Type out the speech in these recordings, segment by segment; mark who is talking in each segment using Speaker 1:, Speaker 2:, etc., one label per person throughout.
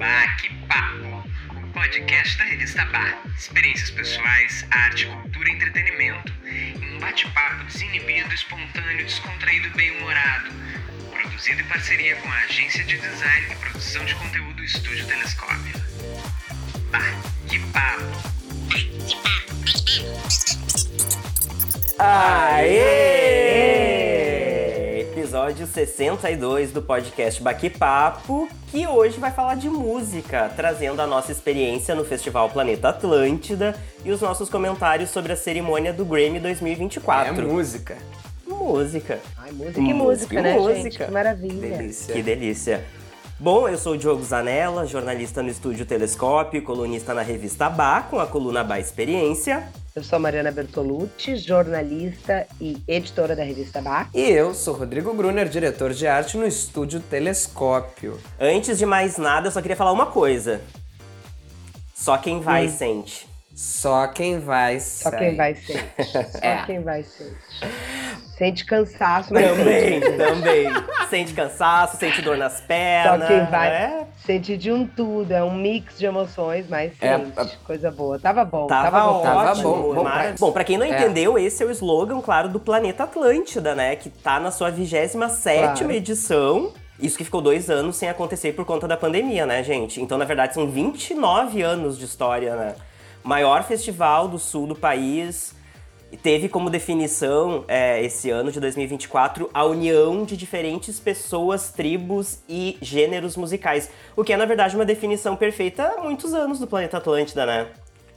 Speaker 1: Ah, Que Papo, o podcast da revista Bar. Experiências pessoais, arte, cultura e entretenimento. Em um bate-papo desinibido, espontâneo, descontraído e bem-humorado. Produzido em parceria com a agência de design e produção de conteúdo Estúdio Telescópio. Bar, que papo.
Speaker 2: Aê! Episódio 62 do podcast Baque Papo, que hoje vai falar de música, trazendo a nossa experiência no Festival Planeta Atlântida e os nossos comentários sobre a cerimônia do Grammy 2024.
Speaker 3: É música.
Speaker 2: música.
Speaker 3: Ai, música.
Speaker 4: Que música, né, gente?
Speaker 2: música.
Speaker 4: Que maravilha.
Speaker 3: Hum, Delícia.
Speaker 2: Que delícia. Bom, eu sou o Diogo Zanella, jornalista no Estúdio Telescópio, e colunista na revista Bá, com a coluna Bá Experiência.
Speaker 4: Eu sou a Mariana Bertolucci, jornalista e editora da revista Bach.
Speaker 3: E eu sou Rodrigo Gruner, diretor de arte no estúdio Telescópio.
Speaker 2: Antes de mais nada, eu só queria falar uma coisa. Só quem vai sente.
Speaker 3: Só quem vai
Speaker 4: Só quem vai sente. Só
Speaker 3: É.
Speaker 4: quem vai sente. Sente cansaço, mas
Speaker 2: Também,
Speaker 4: sente.
Speaker 2: também. Sente cansaço, sente dor nas
Speaker 4: Só
Speaker 2: pernas.
Speaker 4: quem vai
Speaker 2: né?
Speaker 4: sente de um tudo. É um mix de emoções, mas
Speaker 3: É,
Speaker 4: sente. Coisa boa. Tava bom.
Speaker 2: Tava,
Speaker 4: bom.
Speaker 3: Tava
Speaker 2: ótimo.
Speaker 3: bom, bom
Speaker 2: mara-
Speaker 3: pra-
Speaker 2: Bom, pra quem não
Speaker 3: É.
Speaker 2: entendeu, esse é o slogan, claro, do Planeta Atlântida, né? Que tá na sua 27ª
Speaker 4: Claro.
Speaker 2: edição. Isso que ficou dois anos sem acontecer por conta da pandemia, né, gente? Então, na verdade, são 29 anos de história, né? Maior festival do sul do país. E teve como definição, é, esse ano de 2024, a união de diferentes pessoas, tribos e gêneros musicais. O que é, na verdade, uma definição perfeita há muitos anos do Planeta Atlântida, né?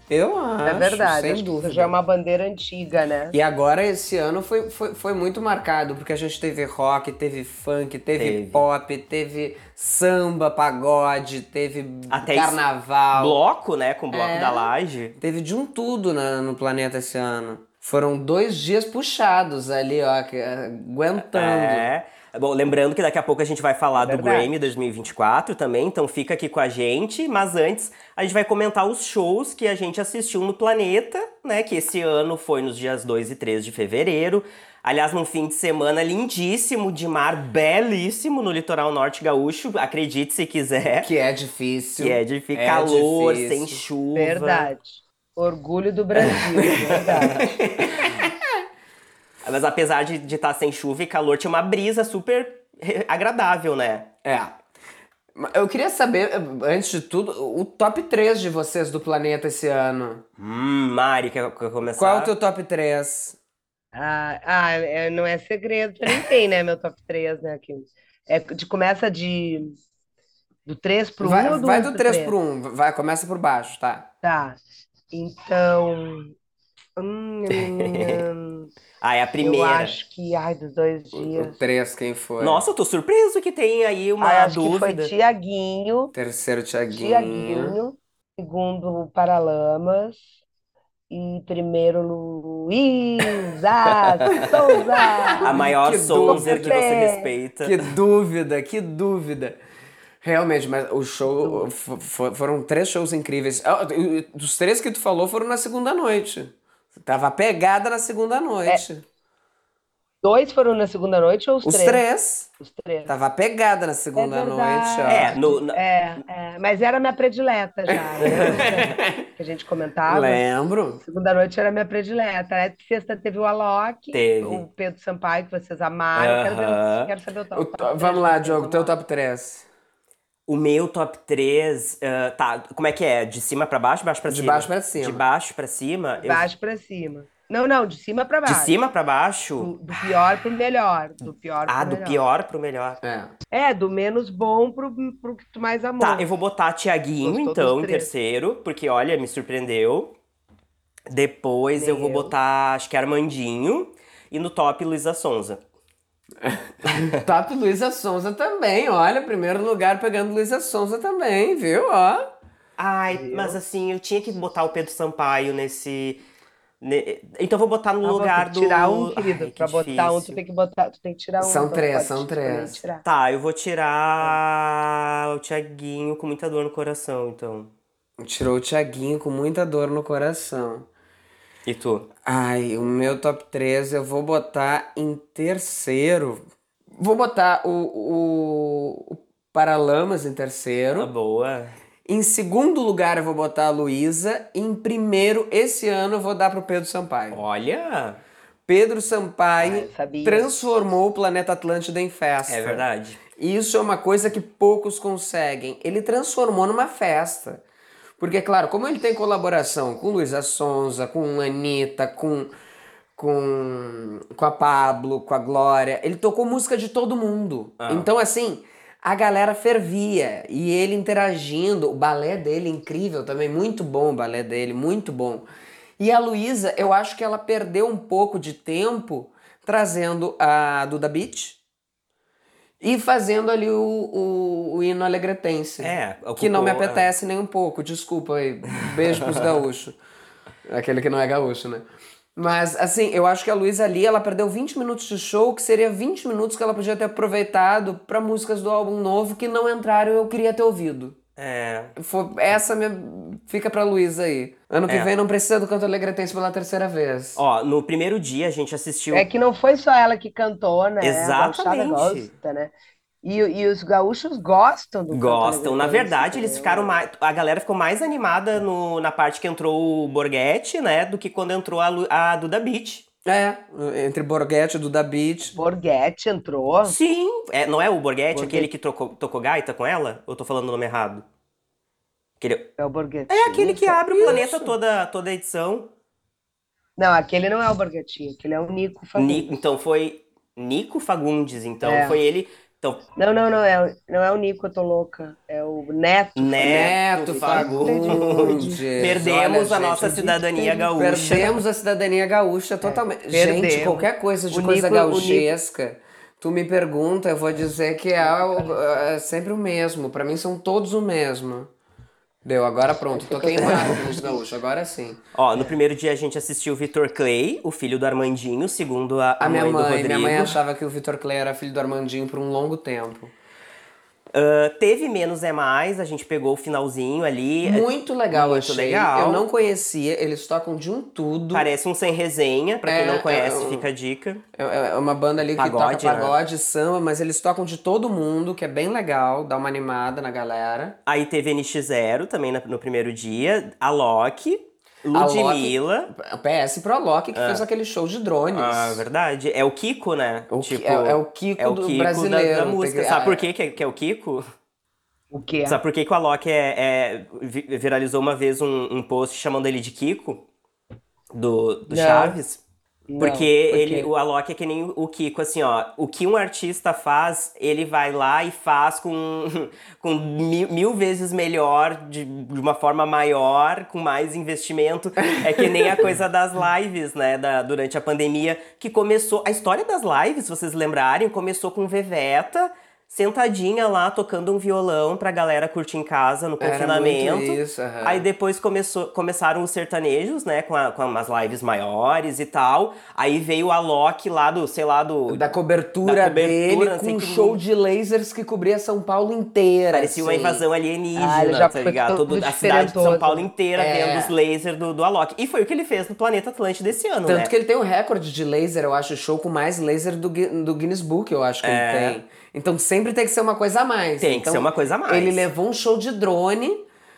Speaker 3: Eu acho,
Speaker 4: É verdade.
Speaker 3: sem
Speaker 4: acho que isso
Speaker 3: dúvida.
Speaker 4: Já é uma bandeira antiga, né?
Speaker 3: E agora esse ano foi, foi, foi muito marcado, porque a gente teve rock, teve funk, teve,
Speaker 2: Teve.
Speaker 3: pop, teve samba, pagode, teve
Speaker 2: Até
Speaker 3: carnaval.
Speaker 2: bloco, né? Com o bloco
Speaker 3: É.
Speaker 2: da laje.
Speaker 3: Teve de um tudo na- no planeta esse ano. Foram dois dias puxados ali, ó, que- eh, aguentando.
Speaker 2: É. Bom, lembrando que daqui a pouco a gente vai
Speaker 3: É
Speaker 2: falar do
Speaker 4: Verdade.
Speaker 2: Grammy 2024 também, então fica aqui com a gente. Mas antes, a gente vai comentar os shows que a gente assistiu no planeta, né? Que esse ano foi nos dias 2 e 3 de fevereiro. Aliás, num fim de semana lindíssimo, de mar belíssimo no litoral norte gaúcho. Acredite se quiser.
Speaker 3: Que é difícil.
Speaker 2: Que é de ficar
Speaker 3: É
Speaker 2: calor,
Speaker 3: difícil.
Speaker 2: sem chuva.
Speaker 4: Verdade. Orgulho do Brasil. verdade.
Speaker 2: Mas apesar de estar sem chuva e calor, tinha uma brisa super agradável, né?
Speaker 3: É. Mas Eu queria saber, antes de tudo, o top 3 de vocês do planeta esse ano.
Speaker 2: Hum, Mari, quer, quer começar?
Speaker 3: Qual é o teu top 3?
Speaker 4: Ah, ah, é- não é segredo pra ninguém, né? Meu top 3, né? Que é de, começa de do 3 pro 1
Speaker 3: vai
Speaker 4: ou do
Speaker 3: vai
Speaker 4: 1
Speaker 3: do
Speaker 4: pro
Speaker 3: 3
Speaker 4: três?
Speaker 3: pro 1, vai, começa por baixo, tá?
Speaker 4: Tá. Então. hum, hum,
Speaker 2: Ah, é a
Speaker 4: eu
Speaker 2: primeira.
Speaker 4: acho que. Ai, dos dois
Speaker 3: O, o
Speaker 4: dias.
Speaker 3: 3, quem foi?
Speaker 2: Nossa, eu tô surpreso que tem aí uma
Speaker 4: Ai, acho que foi
Speaker 2: dúvida.
Speaker 4: Tiaguinho.
Speaker 3: Terceiro, Tiaguinho.
Speaker 4: Tiaguinho. Segundo, Paralamas. E primeiro, Luísa Souza.
Speaker 2: A maior
Speaker 3: Que
Speaker 2: Souza que
Speaker 4: dúvida.
Speaker 2: você respeita.
Speaker 3: Que dúvida, que dúvida. Realmente, mas o show. fo- fo- Foram três shows incríveis. Ah, e- e Dos três que tu falou foram na segunda noite. Tava pegada na segunda noite.
Speaker 4: Dois foram na segunda noite ou É, os
Speaker 3: Os
Speaker 4: três?
Speaker 3: três.
Speaker 4: Os três.
Speaker 3: Tava pegada na segunda
Speaker 4: É
Speaker 3: noite, ó.
Speaker 2: É, no, na-
Speaker 4: É, é, mas era minha predileta já. né? que a gente comentava.
Speaker 3: Lembro.
Speaker 4: Segunda noite era minha predileta. Aí Sexta teve o Alok,
Speaker 2: Teve.
Speaker 4: o Pedro Sampaio, que vocês amaram. Quero,
Speaker 2: Aham.
Speaker 4: ver, quero saber o top.
Speaker 3: O
Speaker 4: top
Speaker 3: to-
Speaker 4: três
Speaker 3: vamos lá,
Speaker 4: de vocês,
Speaker 3: Diogo,
Speaker 4: vamos
Speaker 3: teu
Speaker 4: lá.
Speaker 3: top 3.
Speaker 2: o meu top 3. tá, como é que é? De cima pra baixo, baixo pra
Speaker 3: De
Speaker 2: cima?
Speaker 3: baixo pra cima.
Speaker 2: De baixo pra cima?
Speaker 4: De
Speaker 2: eu-
Speaker 4: baixo pra cima. Não, não, de cima pra
Speaker 2: De
Speaker 4: baixo.
Speaker 2: cima pra baixo?
Speaker 4: Do, do pior pro melhor. Do pior
Speaker 2: Ah,
Speaker 4: pro
Speaker 2: do
Speaker 4: melhor.
Speaker 2: pior pro melhor.
Speaker 3: É.
Speaker 4: É, do menos bom pro, pro que tu mais amou.
Speaker 2: Tá, eu vou botar Tiaguinho,
Speaker 4: Gostou dos
Speaker 2: então, em
Speaker 4: três.
Speaker 2: terceiro, porque olha, me surpreendeu. Depois eu vou
Speaker 4: Meu.
Speaker 2: botar, acho que Armandinho. E no top, Luísa Sonza.
Speaker 3: Top Luísa Sonza também, olha. Primeiro lugar pegando Luísa Sonza também, viu? Ó.
Speaker 2: Ai, mas assim, eu tinha que botar o Pedro Sampaio nesse. ne- Então vou botar no
Speaker 4: Ah, vou
Speaker 2: lugar
Speaker 4: ter que tirar
Speaker 2: do.
Speaker 4: um, querido.
Speaker 2: Ai, que
Speaker 4: pra botar um,
Speaker 2: difícil.
Speaker 4: tu tem que botar, tu tem que tirar um.
Speaker 3: São
Speaker 4: então
Speaker 3: três,
Speaker 4: pode
Speaker 3: são
Speaker 4: também
Speaker 3: três.
Speaker 4: tirar.
Speaker 2: Tá, eu vou tirar o Tiaguinho com muita dor no coração, então.
Speaker 3: Tirou o Tiaguinho com muita dor no coração.
Speaker 2: E tu?
Speaker 3: Ai, o meu top 3 eu vou botar em terceiro. Vou botar o, o, o Paralamas em
Speaker 2: Tá
Speaker 3: terceiro.
Speaker 2: boa.
Speaker 3: Em segundo lugar, eu vou botar a Luísa. Em primeiro, esse ano, eu vou dar pro Pedro Sampaio.
Speaker 2: Olha!
Speaker 3: Pedro
Speaker 4: Ah,
Speaker 3: Sampaio
Speaker 4: eu sabia.
Speaker 3: transformou o planeta Atlântida em festa.
Speaker 2: É verdade.
Speaker 3: E isso é uma coisa que poucos conseguem. Ele transformou numa festa. Porque, é claro, como ele tem colaboração com Luísa Sonza, com Anitta, com, com, com a Pablo, com a Glória, ele tocou música de todo mundo.
Speaker 2: Ah.
Speaker 3: Então, assim, a galera fervia. E ele interagindo. O balé dele é incrível também. Muito bom o balé dele, muito bom. E a Luísa, eu acho que ela perdeu um pouco de tempo trazendo a Duda Beach e fazendo ali o, o, o hino alegretense.
Speaker 2: É,
Speaker 3: Que não me
Speaker 2: ocupou,
Speaker 3: apetece nem um pouco, desculpa aí. Beijo pros gaúchos. Aquele que não é gaúcho, né? Mas, assim, eu acho que a Luísa ali, ela perdeu 20 minutos de show, que seria 20 minutos que ela podia ter aproveitado pra músicas do álbum novo que não entraram e eu queria ter ouvido.
Speaker 2: É,
Speaker 3: Foi, essa minha, fica pra Luísa aí. Ano que
Speaker 2: É.
Speaker 3: vem não precisa do canto alegretense pela terceira vez.
Speaker 2: Ó, no primeiro dia a gente assistiu.
Speaker 4: É que não foi só ela que cantou, né? A
Speaker 2: Exatamente.
Speaker 4: gauchada gosta, né? E, e os gaúchos gostam do canto
Speaker 2: Gostam. Na
Speaker 4: alegretense,
Speaker 2: verdade, eles
Speaker 4: entendeu?
Speaker 2: ficaram mais. A galera ficou mais animada no, na parte que entrou o Borghetti, né? Do que quando entrou a, Lu- a Duda Beach.
Speaker 3: É, entre Borghetti e Duda Beach.
Speaker 4: Borghetti entrou.
Speaker 2: Sim. É, não é o Borghetti,
Speaker 3: Borghetti.
Speaker 2: aquele que trocou, tocou gaita com ela? Ou eu tô falando o nome errado? Aquele-
Speaker 4: É o Borghetti.
Speaker 2: é aquele que abre o planeta toda, toda a edição.
Speaker 4: Não, aquele não é o Borghetti, aquele é o Nico Fagundes.
Speaker 2: Ni- então foi Nico Fagundes, então.
Speaker 4: É.
Speaker 2: Foi ele. Então,
Speaker 4: Não, não, não é, o- não é o Nico, eu tô louca. É o Neto.
Speaker 2: Neto,
Speaker 3: Neto
Speaker 2: Fagundes.
Speaker 3: Fagundes.
Speaker 2: Perdemos
Speaker 3: Olha,
Speaker 2: a
Speaker 3: gente,
Speaker 2: nossa cidadania gaúcha.
Speaker 3: Perdemos a cidadania
Speaker 2: É,
Speaker 3: gaúcha totalmente.
Speaker 4: perdemos.
Speaker 3: Gente, qualquer coisa de
Speaker 4: O
Speaker 3: coisa
Speaker 4: Nico- o Nico-
Speaker 3: gauchesca, tu me pergunta, eu vou dizer que é, o- é sempre o mesmo. Pra mim são todos o mesmo. Deu, agora pronto, tô queimado com os gaúchos, agora sim.
Speaker 2: Ó, no primeiro dia a gente assistiu o Vitor Clay, o filho do Armandinho, segundo a, a
Speaker 3: A minha
Speaker 2: mãe, do
Speaker 3: mãe,
Speaker 2: Rodrigo.
Speaker 3: minha mãe é achava que o Vitor Clay era filho do Armandinho por um longo tempo.
Speaker 2: Ah, teve menos é mais, a gente pegou o finalzinho ali.
Speaker 3: Muito legal,
Speaker 2: é Muito
Speaker 3: achei.
Speaker 2: legal.
Speaker 3: Eu não conhecia, eles tocam de um tudo.
Speaker 2: Parece um sem resenha, pra quem
Speaker 3: É,
Speaker 2: não conhece,
Speaker 3: é,
Speaker 2: fica a dica.
Speaker 3: É é uma banda ali
Speaker 2: Pagode, né?
Speaker 3: que toca pagode, samba, mas eles tocam de todo mundo, que é bem legal, dá uma animada na galera.
Speaker 2: Aí teve NX0 também na- no primeiro dia, a Loki, Ludmilla.
Speaker 3: O PS pro Alok, que fez aquele show de drones.
Speaker 2: É. Ah, verdade. É o Kiko, né?
Speaker 3: O Ki- é, é o Kiko
Speaker 2: é o
Speaker 3: do
Speaker 2: Kiko da-
Speaker 3: brasileiro.
Speaker 2: da,
Speaker 3: tem
Speaker 2: música.
Speaker 3: que-
Speaker 2: Sabe
Speaker 3: ah,
Speaker 2: por quê que é, que é o Kiko?
Speaker 4: O quê?
Speaker 2: Sabe por que, que o Alok é, é- vi- viralizou uma vez um, um post chamando ele de Kiko? Do, do
Speaker 4: Não.
Speaker 2: Chaves?
Speaker 4: Não,
Speaker 2: Porque
Speaker 3: por
Speaker 2: ele,
Speaker 3: quê?
Speaker 2: o Alok é que nem o Kiko, assim, ó. O que um artista faz, ele vai lá e faz com, com mil, mil vezes melhor, de, de uma forma maior, com mais investimento. É que nem a coisa das lives, né? Da, durante a pandemia, que começou. A história das lives, se vocês lembrarem, começou com Veveta. Sentadinha lá, tocando um violão pra galera curtir em casa no
Speaker 3: era
Speaker 2: confinamento.
Speaker 3: muito isso, aham.
Speaker 2: Aí depois começou, começaram os sertanejos, né? Com, a- com umas lives maiores e tal. Aí veio a Loki lá do, sei lá, do.
Speaker 3: Da cobertura,
Speaker 2: Da cobertura,
Speaker 3: dele,
Speaker 2: assim,
Speaker 3: com um
Speaker 2: que-
Speaker 3: show de lasers que cobria São Paulo inteira.
Speaker 2: Parecia uma
Speaker 3: assim.
Speaker 2: invasão alienígena,
Speaker 4: Ah, ele já
Speaker 2: tá
Speaker 4: foi
Speaker 2: ligado?
Speaker 4: todo
Speaker 2: Todo- a cidade de São
Speaker 4: diferentoso.
Speaker 2: Paulo inteira
Speaker 3: É.
Speaker 2: vendo os lasers do, do Alok. E foi o que ele fez no Planeta Atlântida desse ano, né?
Speaker 3: Tanto que ele tem um recorde de laser, eu acho, show com mais laser do, Gui- do Guinness Book, eu acho que
Speaker 2: É.
Speaker 3: ele tem. Então sempre tem que ser uma coisa a mais.
Speaker 2: Tem que
Speaker 3: Então,
Speaker 2: ser uma coisa a mais.
Speaker 3: Ele levou um show de drone.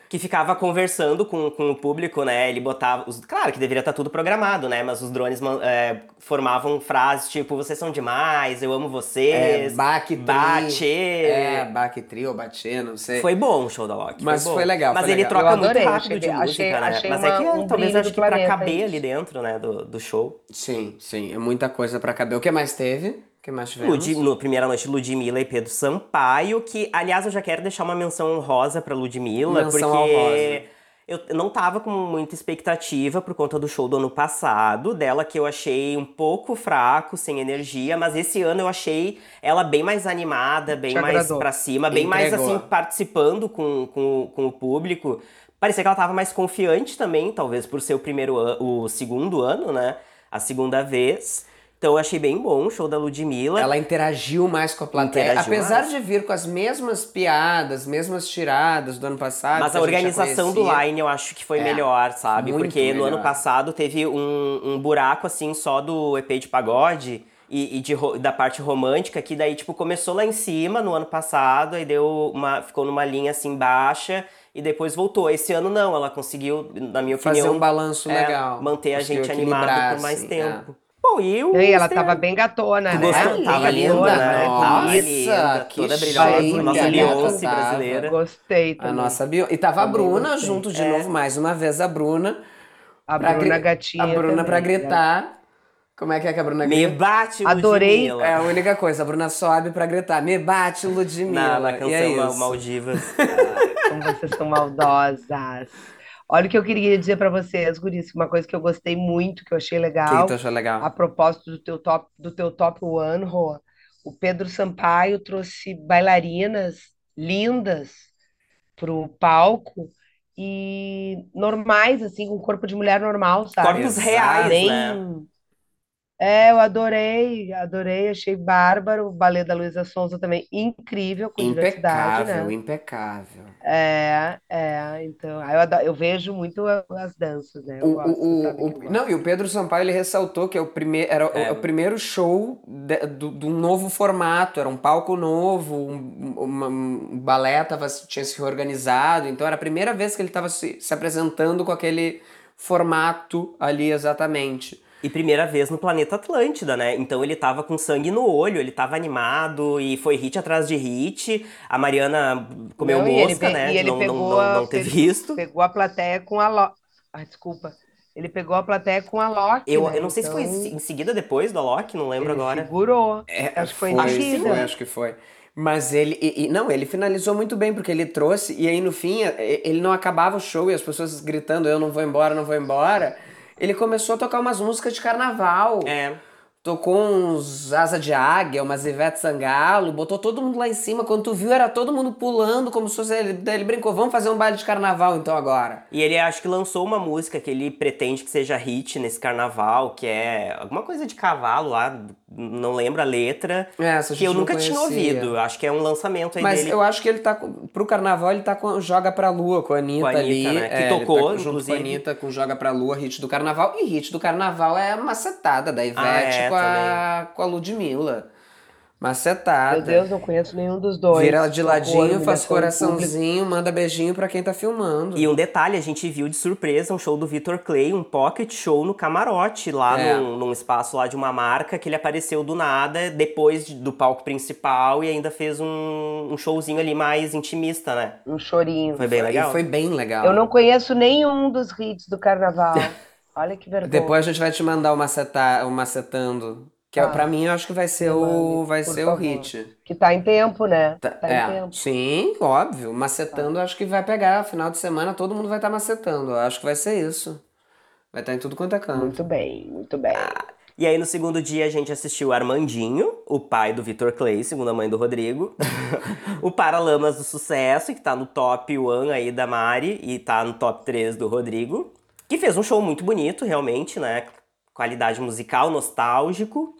Speaker 2: que ficava conversando com, com o público, né? Ele botava. Os, claro que deveria estar tudo programado, né? Mas os drones man- é, formavam frases tipo: vocês são demais, eu amo
Speaker 3: É,
Speaker 2: vocês.
Speaker 3: Bactri.
Speaker 2: Bate.
Speaker 3: É, Bactri ou Batê, não sei.
Speaker 2: Foi bom o show da Loki.
Speaker 3: Mas
Speaker 2: bom.
Speaker 3: foi legal,
Speaker 2: Mas
Speaker 3: foi
Speaker 2: ele
Speaker 3: legal.
Speaker 2: troca
Speaker 4: Eu adorei,
Speaker 2: muito rápido de
Speaker 4: achei-
Speaker 2: música,
Speaker 4: achei-
Speaker 2: né?
Speaker 4: achei
Speaker 2: Mas é
Speaker 4: uma-
Speaker 2: que
Speaker 4: um
Speaker 2: talvez
Speaker 4: brilho
Speaker 2: acho
Speaker 4: do
Speaker 2: que pra
Speaker 4: planeta
Speaker 2: caber
Speaker 4: isso.
Speaker 2: ali dentro, né? Do, do show.
Speaker 3: Sim, sim. É muita coisa pra caber. O que mais teve? O que mais tivemos?
Speaker 2: Ludi, no primeira noite, Ludmilla e Pedro Sampaio, que, aliás, eu já quero deixar uma menção honrosa pra Ludmilla,
Speaker 3: Menção
Speaker 2: porque.
Speaker 3: honrosa.
Speaker 2: Eu não tava com muita expectativa por conta do show do ano passado, dela que eu achei um pouco fraco, sem energia, mas esse ano eu achei ela bem mais animada, bem
Speaker 4: Te
Speaker 2: mais
Speaker 4: agradou.
Speaker 2: pra cima, bem mais
Speaker 3: Entregou.
Speaker 2: assim, participando com, com, com o público. Parecia que ela tava mais confiante também, talvez por ser o primeiro an- o segundo ano, né? A segunda vez. Então eu achei bem bom o show da Ludmilla.
Speaker 3: Ela interagiu mais com a plateia.
Speaker 2: Interagiu
Speaker 3: Apesar
Speaker 2: mais.
Speaker 3: de vir com as mesmas piadas, mesmas tiradas do ano passado.
Speaker 2: Mas
Speaker 3: Ah, que
Speaker 2: a
Speaker 3: gente já
Speaker 2: organização do
Speaker 3: conhecia.
Speaker 2: Line eu acho que foi
Speaker 3: É,
Speaker 2: melhor, sabe?
Speaker 3: muito
Speaker 2: Porque no
Speaker 3: melhor.
Speaker 2: ano passado teve um, um buraco assim só do EP de pagode. e, e de ro- da parte romântica, que daí, tipo, começou lá em cima no ano passado, aí deu uma, ficou numa linha assim baixa e depois voltou. Esse ano não, ela conseguiu, na minha
Speaker 3: Fazer
Speaker 2: opinião,
Speaker 3: um balanço
Speaker 2: é,
Speaker 3: legal.
Speaker 2: manter a
Speaker 3: Conseguiu
Speaker 2: gente
Speaker 3: equilibrar,
Speaker 2: animado por mais
Speaker 3: assim,
Speaker 2: tempo. Bom, e o
Speaker 4: E ela
Speaker 2: Insta-
Speaker 4: tava bem gatona,
Speaker 2: Tu
Speaker 4: né?
Speaker 2: gostou? Tava
Speaker 4: Bem
Speaker 2: linda,
Speaker 4: gatona,
Speaker 2: né?
Speaker 4: Bonita.
Speaker 2: Tava
Speaker 3: Nossa,
Speaker 2: linda,
Speaker 3: que
Speaker 2: toda brilhosa,
Speaker 4: chique,
Speaker 2: nossa
Speaker 4: gata,
Speaker 2: Beyoncé
Speaker 3: tava.
Speaker 2: brasileira.
Speaker 4: Gostei
Speaker 3: é. A
Speaker 4: também.
Speaker 3: nossa bio. E tava a
Speaker 2: Também
Speaker 3: Bruna
Speaker 2: gostei.
Speaker 3: junto de
Speaker 2: É.
Speaker 3: novo, mais uma vez a Bruna.
Speaker 4: A
Speaker 3: pra
Speaker 4: Bruna
Speaker 3: gri-
Speaker 4: gatinha
Speaker 3: A Bruna
Speaker 4: também,
Speaker 3: pra
Speaker 4: né?
Speaker 3: gritar. Como é que é que a Bruna
Speaker 2: Me
Speaker 3: grita?
Speaker 2: bate,
Speaker 4: Adorei.
Speaker 2: Ludmilla.
Speaker 3: É a única coisa, a Bruna sobe pra gritar. Me bate, Ludmilla.
Speaker 2: Na, na canção
Speaker 3: e é
Speaker 2: Ma-
Speaker 3: isso.
Speaker 2: Maldivas.
Speaker 4: Como vocês são maldosas. Olha o que eu queria dizer pra vocês, Guris, que uma coisa que eu gostei muito, que eu achei
Speaker 3: O que que
Speaker 4: legal.
Speaker 3: tu achou legal?
Speaker 4: A propósito do teu top, do teu top one, Rô, o Pedro Sampaio trouxe bailarinas lindas pro palco e normais, assim, com corpo de mulher normal, sabe?
Speaker 2: Corpos
Speaker 3: Exato.
Speaker 2: reais,
Speaker 4: Bem-
Speaker 2: né?
Speaker 4: É, eu adorei, adorei, achei bárbaro. O balé da Luísa Sonza também incrível, com diversidade,
Speaker 3: Impecável,
Speaker 4: né?
Speaker 3: impecável.
Speaker 4: É, é, então, aí eu, ado- eu vejo muito a- as danças, né? Eu
Speaker 3: O, o-
Speaker 4: gosto,
Speaker 3: o-
Speaker 4: sabe que
Speaker 3: o-
Speaker 4: eu gosto.
Speaker 3: não, e o Pedro Sampaio ele ressaltou que é o prime- era o-
Speaker 2: É.
Speaker 3: o, primeiro show de, do, de um novo formato, era um palco novo, um, uma- um balé tava, se- tinha se reorganizado, então era a primeira vez que ele estava se, se apresentando com aquele formato ali exatamente.
Speaker 2: E primeira vez no planeta Atlântida, né? Então ele tava com sangue no olho, ele tava animado e foi hit atrás de hit. A Mariana comeu
Speaker 4: Não, e ele
Speaker 2: mosca,
Speaker 4: pe-
Speaker 2: né?
Speaker 4: e
Speaker 2: de
Speaker 4: ele
Speaker 2: não,
Speaker 4: pegou
Speaker 2: não, não,
Speaker 4: a-
Speaker 2: não ter
Speaker 4: pegou-
Speaker 2: visto.
Speaker 4: Pegou a plateia com a Loki. Ah, desculpa. Ele pegou a plateia com a Loki,
Speaker 2: Eu,
Speaker 4: né?
Speaker 2: eu não sei se foi
Speaker 4: Então,
Speaker 2: em seguida depois do Alok, não lembro
Speaker 4: ele
Speaker 2: agora.
Speaker 4: segurou.
Speaker 3: É,
Speaker 4: Acho que foi
Speaker 3: acho que
Speaker 4: indicida.
Speaker 3: foi, acho que foi. Mas ele, e- e- não, ele finalizou muito bem, porque ele trouxe, e aí no fim, e- ele não acabava o show e as pessoas gritando: eu não vou embora, não vou embora. Ele começou a tocar umas músicas de carnaval.
Speaker 2: É.
Speaker 3: Tocou uns Asa de Águia, umas Ivete Sangalo, botou todo mundo lá em cima. Quando tu viu, era todo mundo pulando, como se fosse. Ele, daí ele brincou, vamos fazer um baile de carnaval então agora.
Speaker 2: E ele acho que lançou uma música que ele pretende que seja hit nesse carnaval, que é alguma coisa de cavalo lá, não lembro a letra,
Speaker 3: É, Essa
Speaker 2: que eu
Speaker 3: gente não
Speaker 2: nunca tinha
Speaker 3: conhecia.
Speaker 2: ouvido. Acho que é um lançamento aí
Speaker 3: Mas
Speaker 2: dele.
Speaker 3: eu acho que ele tá. com- Pro carnaval, ele tá com Joga pra Lua, com a Anitta,
Speaker 2: Com a Anitta,
Speaker 3: ali.
Speaker 2: né? Que
Speaker 3: ele tá
Speaker 2: tocou,
Speaker 3: com- junto
Speaker 2: inclusive.
Speaker 3: com a Anitta, com Joga pra Lua, hit do carnaval. E hit do carnaval é a macetada da Ivete
Speaker 2: Ah, é,
Speaker 3: com, a, com a Ludmilla. Macetada.
Speaker 4: Meu Deus, não conheço nenhum dos dois.
Speaker 3: Ah, tá.
Speaker 4: né,
Speaker 3: Vira ela de
Speaker 4: Socorro,
Speaker 3: ladinho, faz
Speaker 4: humilhação pública.
Speaker 3: coraçãozinho, manda beijinho pra quem tá filmando.
Speaker 2: E um detalhe, a gente viu de surpresa um show do Victor Clay, um pocket show no camarote, lá
Speaker 3: É.
Speaker 2: num, num espaço lá de uma marca, que ele apareceu do nada, depois de- do palco principal, e ainda fez um, um showzinho ali mais intimista, né?
Speaker 4: Um chorinho.
Speaker 2: Foi bem legal.
Speaker 3: E foi bem legal.
Speaker 4: Eu não conheço nenhum dos hits do carnaval. Olha que vergonha.
Speaker 3: Depois a gente vai te mandar o, maceta, o macetando. Que é,
Speaker 4: Ah.
Speaker 3: pra mim eu acho que vai ser o,
Speaker 4: Mande,
Speaker 3: vai
Speaker 4: por
Speaker 3: ser o
Speaker 4: favor.
Speaker 3: hit.
Speaker 4: Que tá em tempo, né?
Speaker 3: Tá-
Speaker 4: Tá em
Speaker 3: é,
Speaker 4: tempo.
Speaker 3: Sim, óbvio. Macetando eu acho que vai pegar. Final de semana todo mundo vai estar macetando. Eu acho que vai ser isso. Vai estar em tudo quanto é
Speaker 2: Hum.
Speaker 3: canto.
Speaker 4: Muito bem, muito bem.
Speaker 2: E aí no segundo dia a gente assistiu Armandinho, o pai do Victor Clay, segundo a mãe do Rodrigo. o Paralamas do Sucesso, que tá no top 1 aí da Mari e tá no top 3 do Rodrigo. Que fez um show muito bonito, realmente, né? Qualidade musical, nostálgico.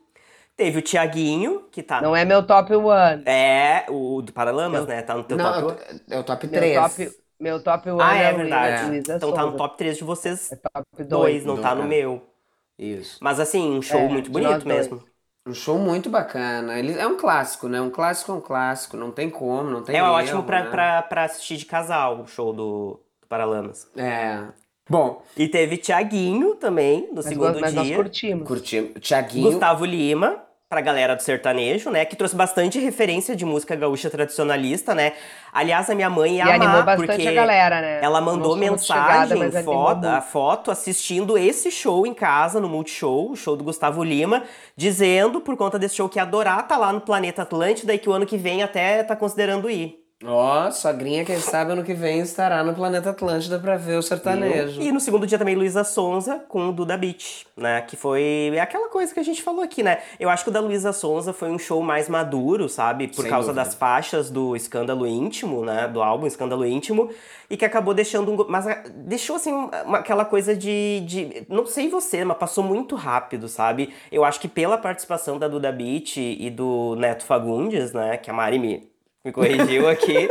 Speaker 2: Teve o Tiaguinho, que
Speaker 3: Ah.
Speaker 2: tá.
Speaker 4: Não é meu top one.
Speaker 2: É, o do Paralamas, né? Tá no teu
Speaker 3: Não,
Speaker 2: top
Speaker 3: é o-
Speaker 2: 1.
Speaker 3: é o top
Speaker 4: Meu
Speaker 3: 3.
Speaker 4: top, meu top one
Speaker 2: Ah,
Speaker 4: é,
Speaker 2: é
Speaker 4: o
Speaker 2: verdade.
Speaker 4: Luísa
Speaker 2: Então tá no
Speaker 4: Sonza.
Speaker 2: top 3 de vocês
Speaker 4: É top
Speaker 2: dois,
Speaker 4: dois.
Speaker 2: não
Speaker 3: do-
Speaker 2: tá no
Speaker 3: é.
Speaker 2: meu.
Speaker 3: Isso.
Speaker 2: Mas assim, um show
Speaker 4: É,
Speaker 2: muito
Speaker 4: de nós
Speaker 2: bonito mesmo.
Speaker 3: Um show muito bacana. Ele é um clássico, né? Um clássico é um clássico. Não tem como, não tem
Speaker 2: É
Speaker 3: erro,
Speaker 2: ótimo pra,
Speaker 3: né?
Speaker 2: pra, pra assistir de casal o show do, do Paralamas.
Speaker 3: É. Bom,
Speaker 2: E teve Tiaguinho também, no
Speaker 4: Mas,
Speaker 2: segundo
Speaker 4: nós- mas nós
Speaker 2: Tipo assim, dia.
Speaker 4: curtimos.
Speaker 3: curti. Tiaguinho.
Speaker 2: Gustavo Lima, pra galera do sertanejo, né? Que trouxe bastante referência de música gaúcha tradicionalista, né? Aliás, a minha mãe
Speaker 4: E
Speaker 2: ia amar,
Speaker 4: animou bastante
Speaker 2: porque
Speaker 4: a galera, né?
Speaker 2: ela mandou
Speaker 4: Não sou muito
Speaker 2: mensagem,
Speaker 4: chegada, mas animou
Speaker 2: foto,
Speaker 4: muito.
Speaker 2: a foto, assistindo esse show em casa, no Multishow, o show do Gustavo Lima, dizendo, por conta desse show, que ia adorar tá lá no Planeta Atlântida e que o ano que vem até tá considerando ir.
Speaker 3: Ó, sogrinha, quem sabe ano que vem estará no planeta Atlântida pra ver o sertanejo.
Speaker 2: E no segundo dia também Luísa Sonza com o Duda Beat, né? Que foi é aquela coisa que a gente falou aqui, né? Eu acho que o da Luísa Sonza foi um show mais maduro, sabe? Por
Speaker 3: Sem
Speaker 2: causa
Speaker 3: dúvida.
Speaker 2: das faixas do Escândalo Íntimo, né? Do álbum Escândalo Íntimo. E que acabou deixando um... go- Mas ah, deixou, assim, uma- aquela coisa de, de... Não sei você, mas passou muito rápido, sabe? Eu acho que pela participação da Duda Beat e do Neto Fagundes, né? Que a Mari me, me corrigiu aqui.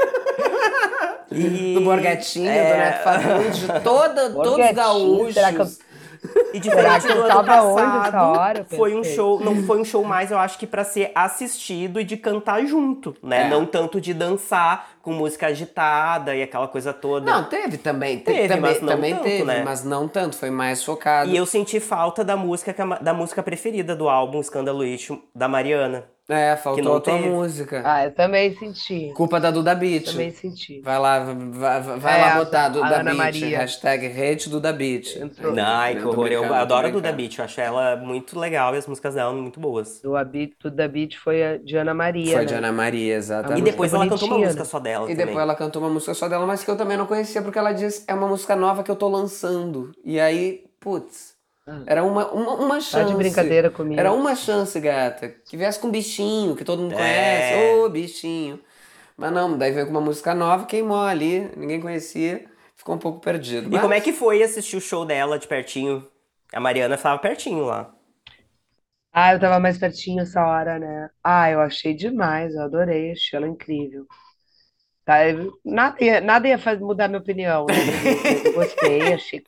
Speaker 2: E- é.
Speaker 3: Do Borgatinho, do Neto Fagundes, de toda, todos
Speaker 4: Borghetti,
Speaker 3: gaúchos.
Speaker 4: será que eu-
Speaker 2: E
Speaker 4: Será
Speaker 2: diferente
Speaker 4: que eu
Speaker 2: do ano
Speaker 4: tava onde
Speaker 2: passado,
Speaker 4: essa hora? Eu
Speaker 2: foi um
Speaker 4: pensei.
Speaker 2: show, não foi um show mais, eu acho que pra ser assistido e de cantar junto, né?
Speaker 3: É.
Speaker 2: Não tanto de dançar com música agitada e aquela coisa toda.
Speaker 3: Não, teve também. te-
Speaker 2: Teve,
Speaker 3: também,
Speaker 2: mas não
Speaker 3: também
Speaker 2: tanto,
Speaker 3: teve,
Speaker 2: né?
Speaker 3: mas não tanto. Foi mais focado.
Speaker 2: E eu senti falta da música que é ma- da música preferida do álbum Escândalo Ixo, da Mariana.
Speaker 3: É, faltou
Speaker 2: que não
Speaker 3: a tua
Speaker 2: teve.
Speaker 3: música.
Speaker 4: Ah, eu também senti.
Speaker 3: Culpa da Duda Beat.
Speaker 4: Também senti.
Speaker 3: Vai lá, vai, vai- vai
Speaker 4: É,
Speaker 3: lá
Speaker 4: a-
Speaker 3: botar
Speaker 4: a
Speaker 3: Duda
Speaker 4: Ana
Speaker 3: Beat.
Speaker 4: Maria.
Speaker 3: Hashtag hate Duda Beat.
Speaker 4: Entrou.
Speaker 2: Ai, que
Speaker 3: Não, tô
Speaker 2: horror. Eu
Speaker 3: brincando, tô
Speaker 2: adoro a Duda
Speaker 3: brincando.
Speaker 2: Beat, eu acho ela muito legal e as músicas dela muito boas.
Speaker 4: Do Abit, do da Beat foi a de Ana Maria,
Speaker 3: Foi
Speaker 4: né?
Speaker 3: de Ana Maria,
Speaker 4: A
Speaker 2: E
Speaker 3: exatamente.
Speaker 4: música
Speaker 2: depois ela cantou uma
Speaker 4: é bonitinha,
Speaker 2: música
Speaker 4: né?
Speaker 2: só dela
Speaker 3: E
Speaker 2: também.
Speaker 3: depois ela cantou uma música só dela, mas que eu também não conhecia, porque ela disse é uma música nova que eu tô lançando. E aí, putz,
Speaker 4: Ah.
Speaker 3: era uma, uma, uma
Speaker 4: Tá
Speaker 3: chance.
Speaker 4: de brincadeira comigo.
Speaker 3: Era uma chance, gata. Que viesse com bichinho, que todo mundo
Speaker 2: É.
Speaker 3: conhece. Ô, bichinho. Mas não, daí veio com uma música nova, queimou ali, ninguém conhecia, ficou um pouco perdido.
Speaker 2: E como é que foi assistir o show dela de pertinho? A Mariana estava pertinho lá.
Speaker 4: Ah, eu tava mais pertinho essa hora, né? Ah, eu achei demais, eu adorei, achei ela incrível. Tá, eu- nada ia, nada ia faz- mudar minha opinião, né? Eu- eu Gostei, achei,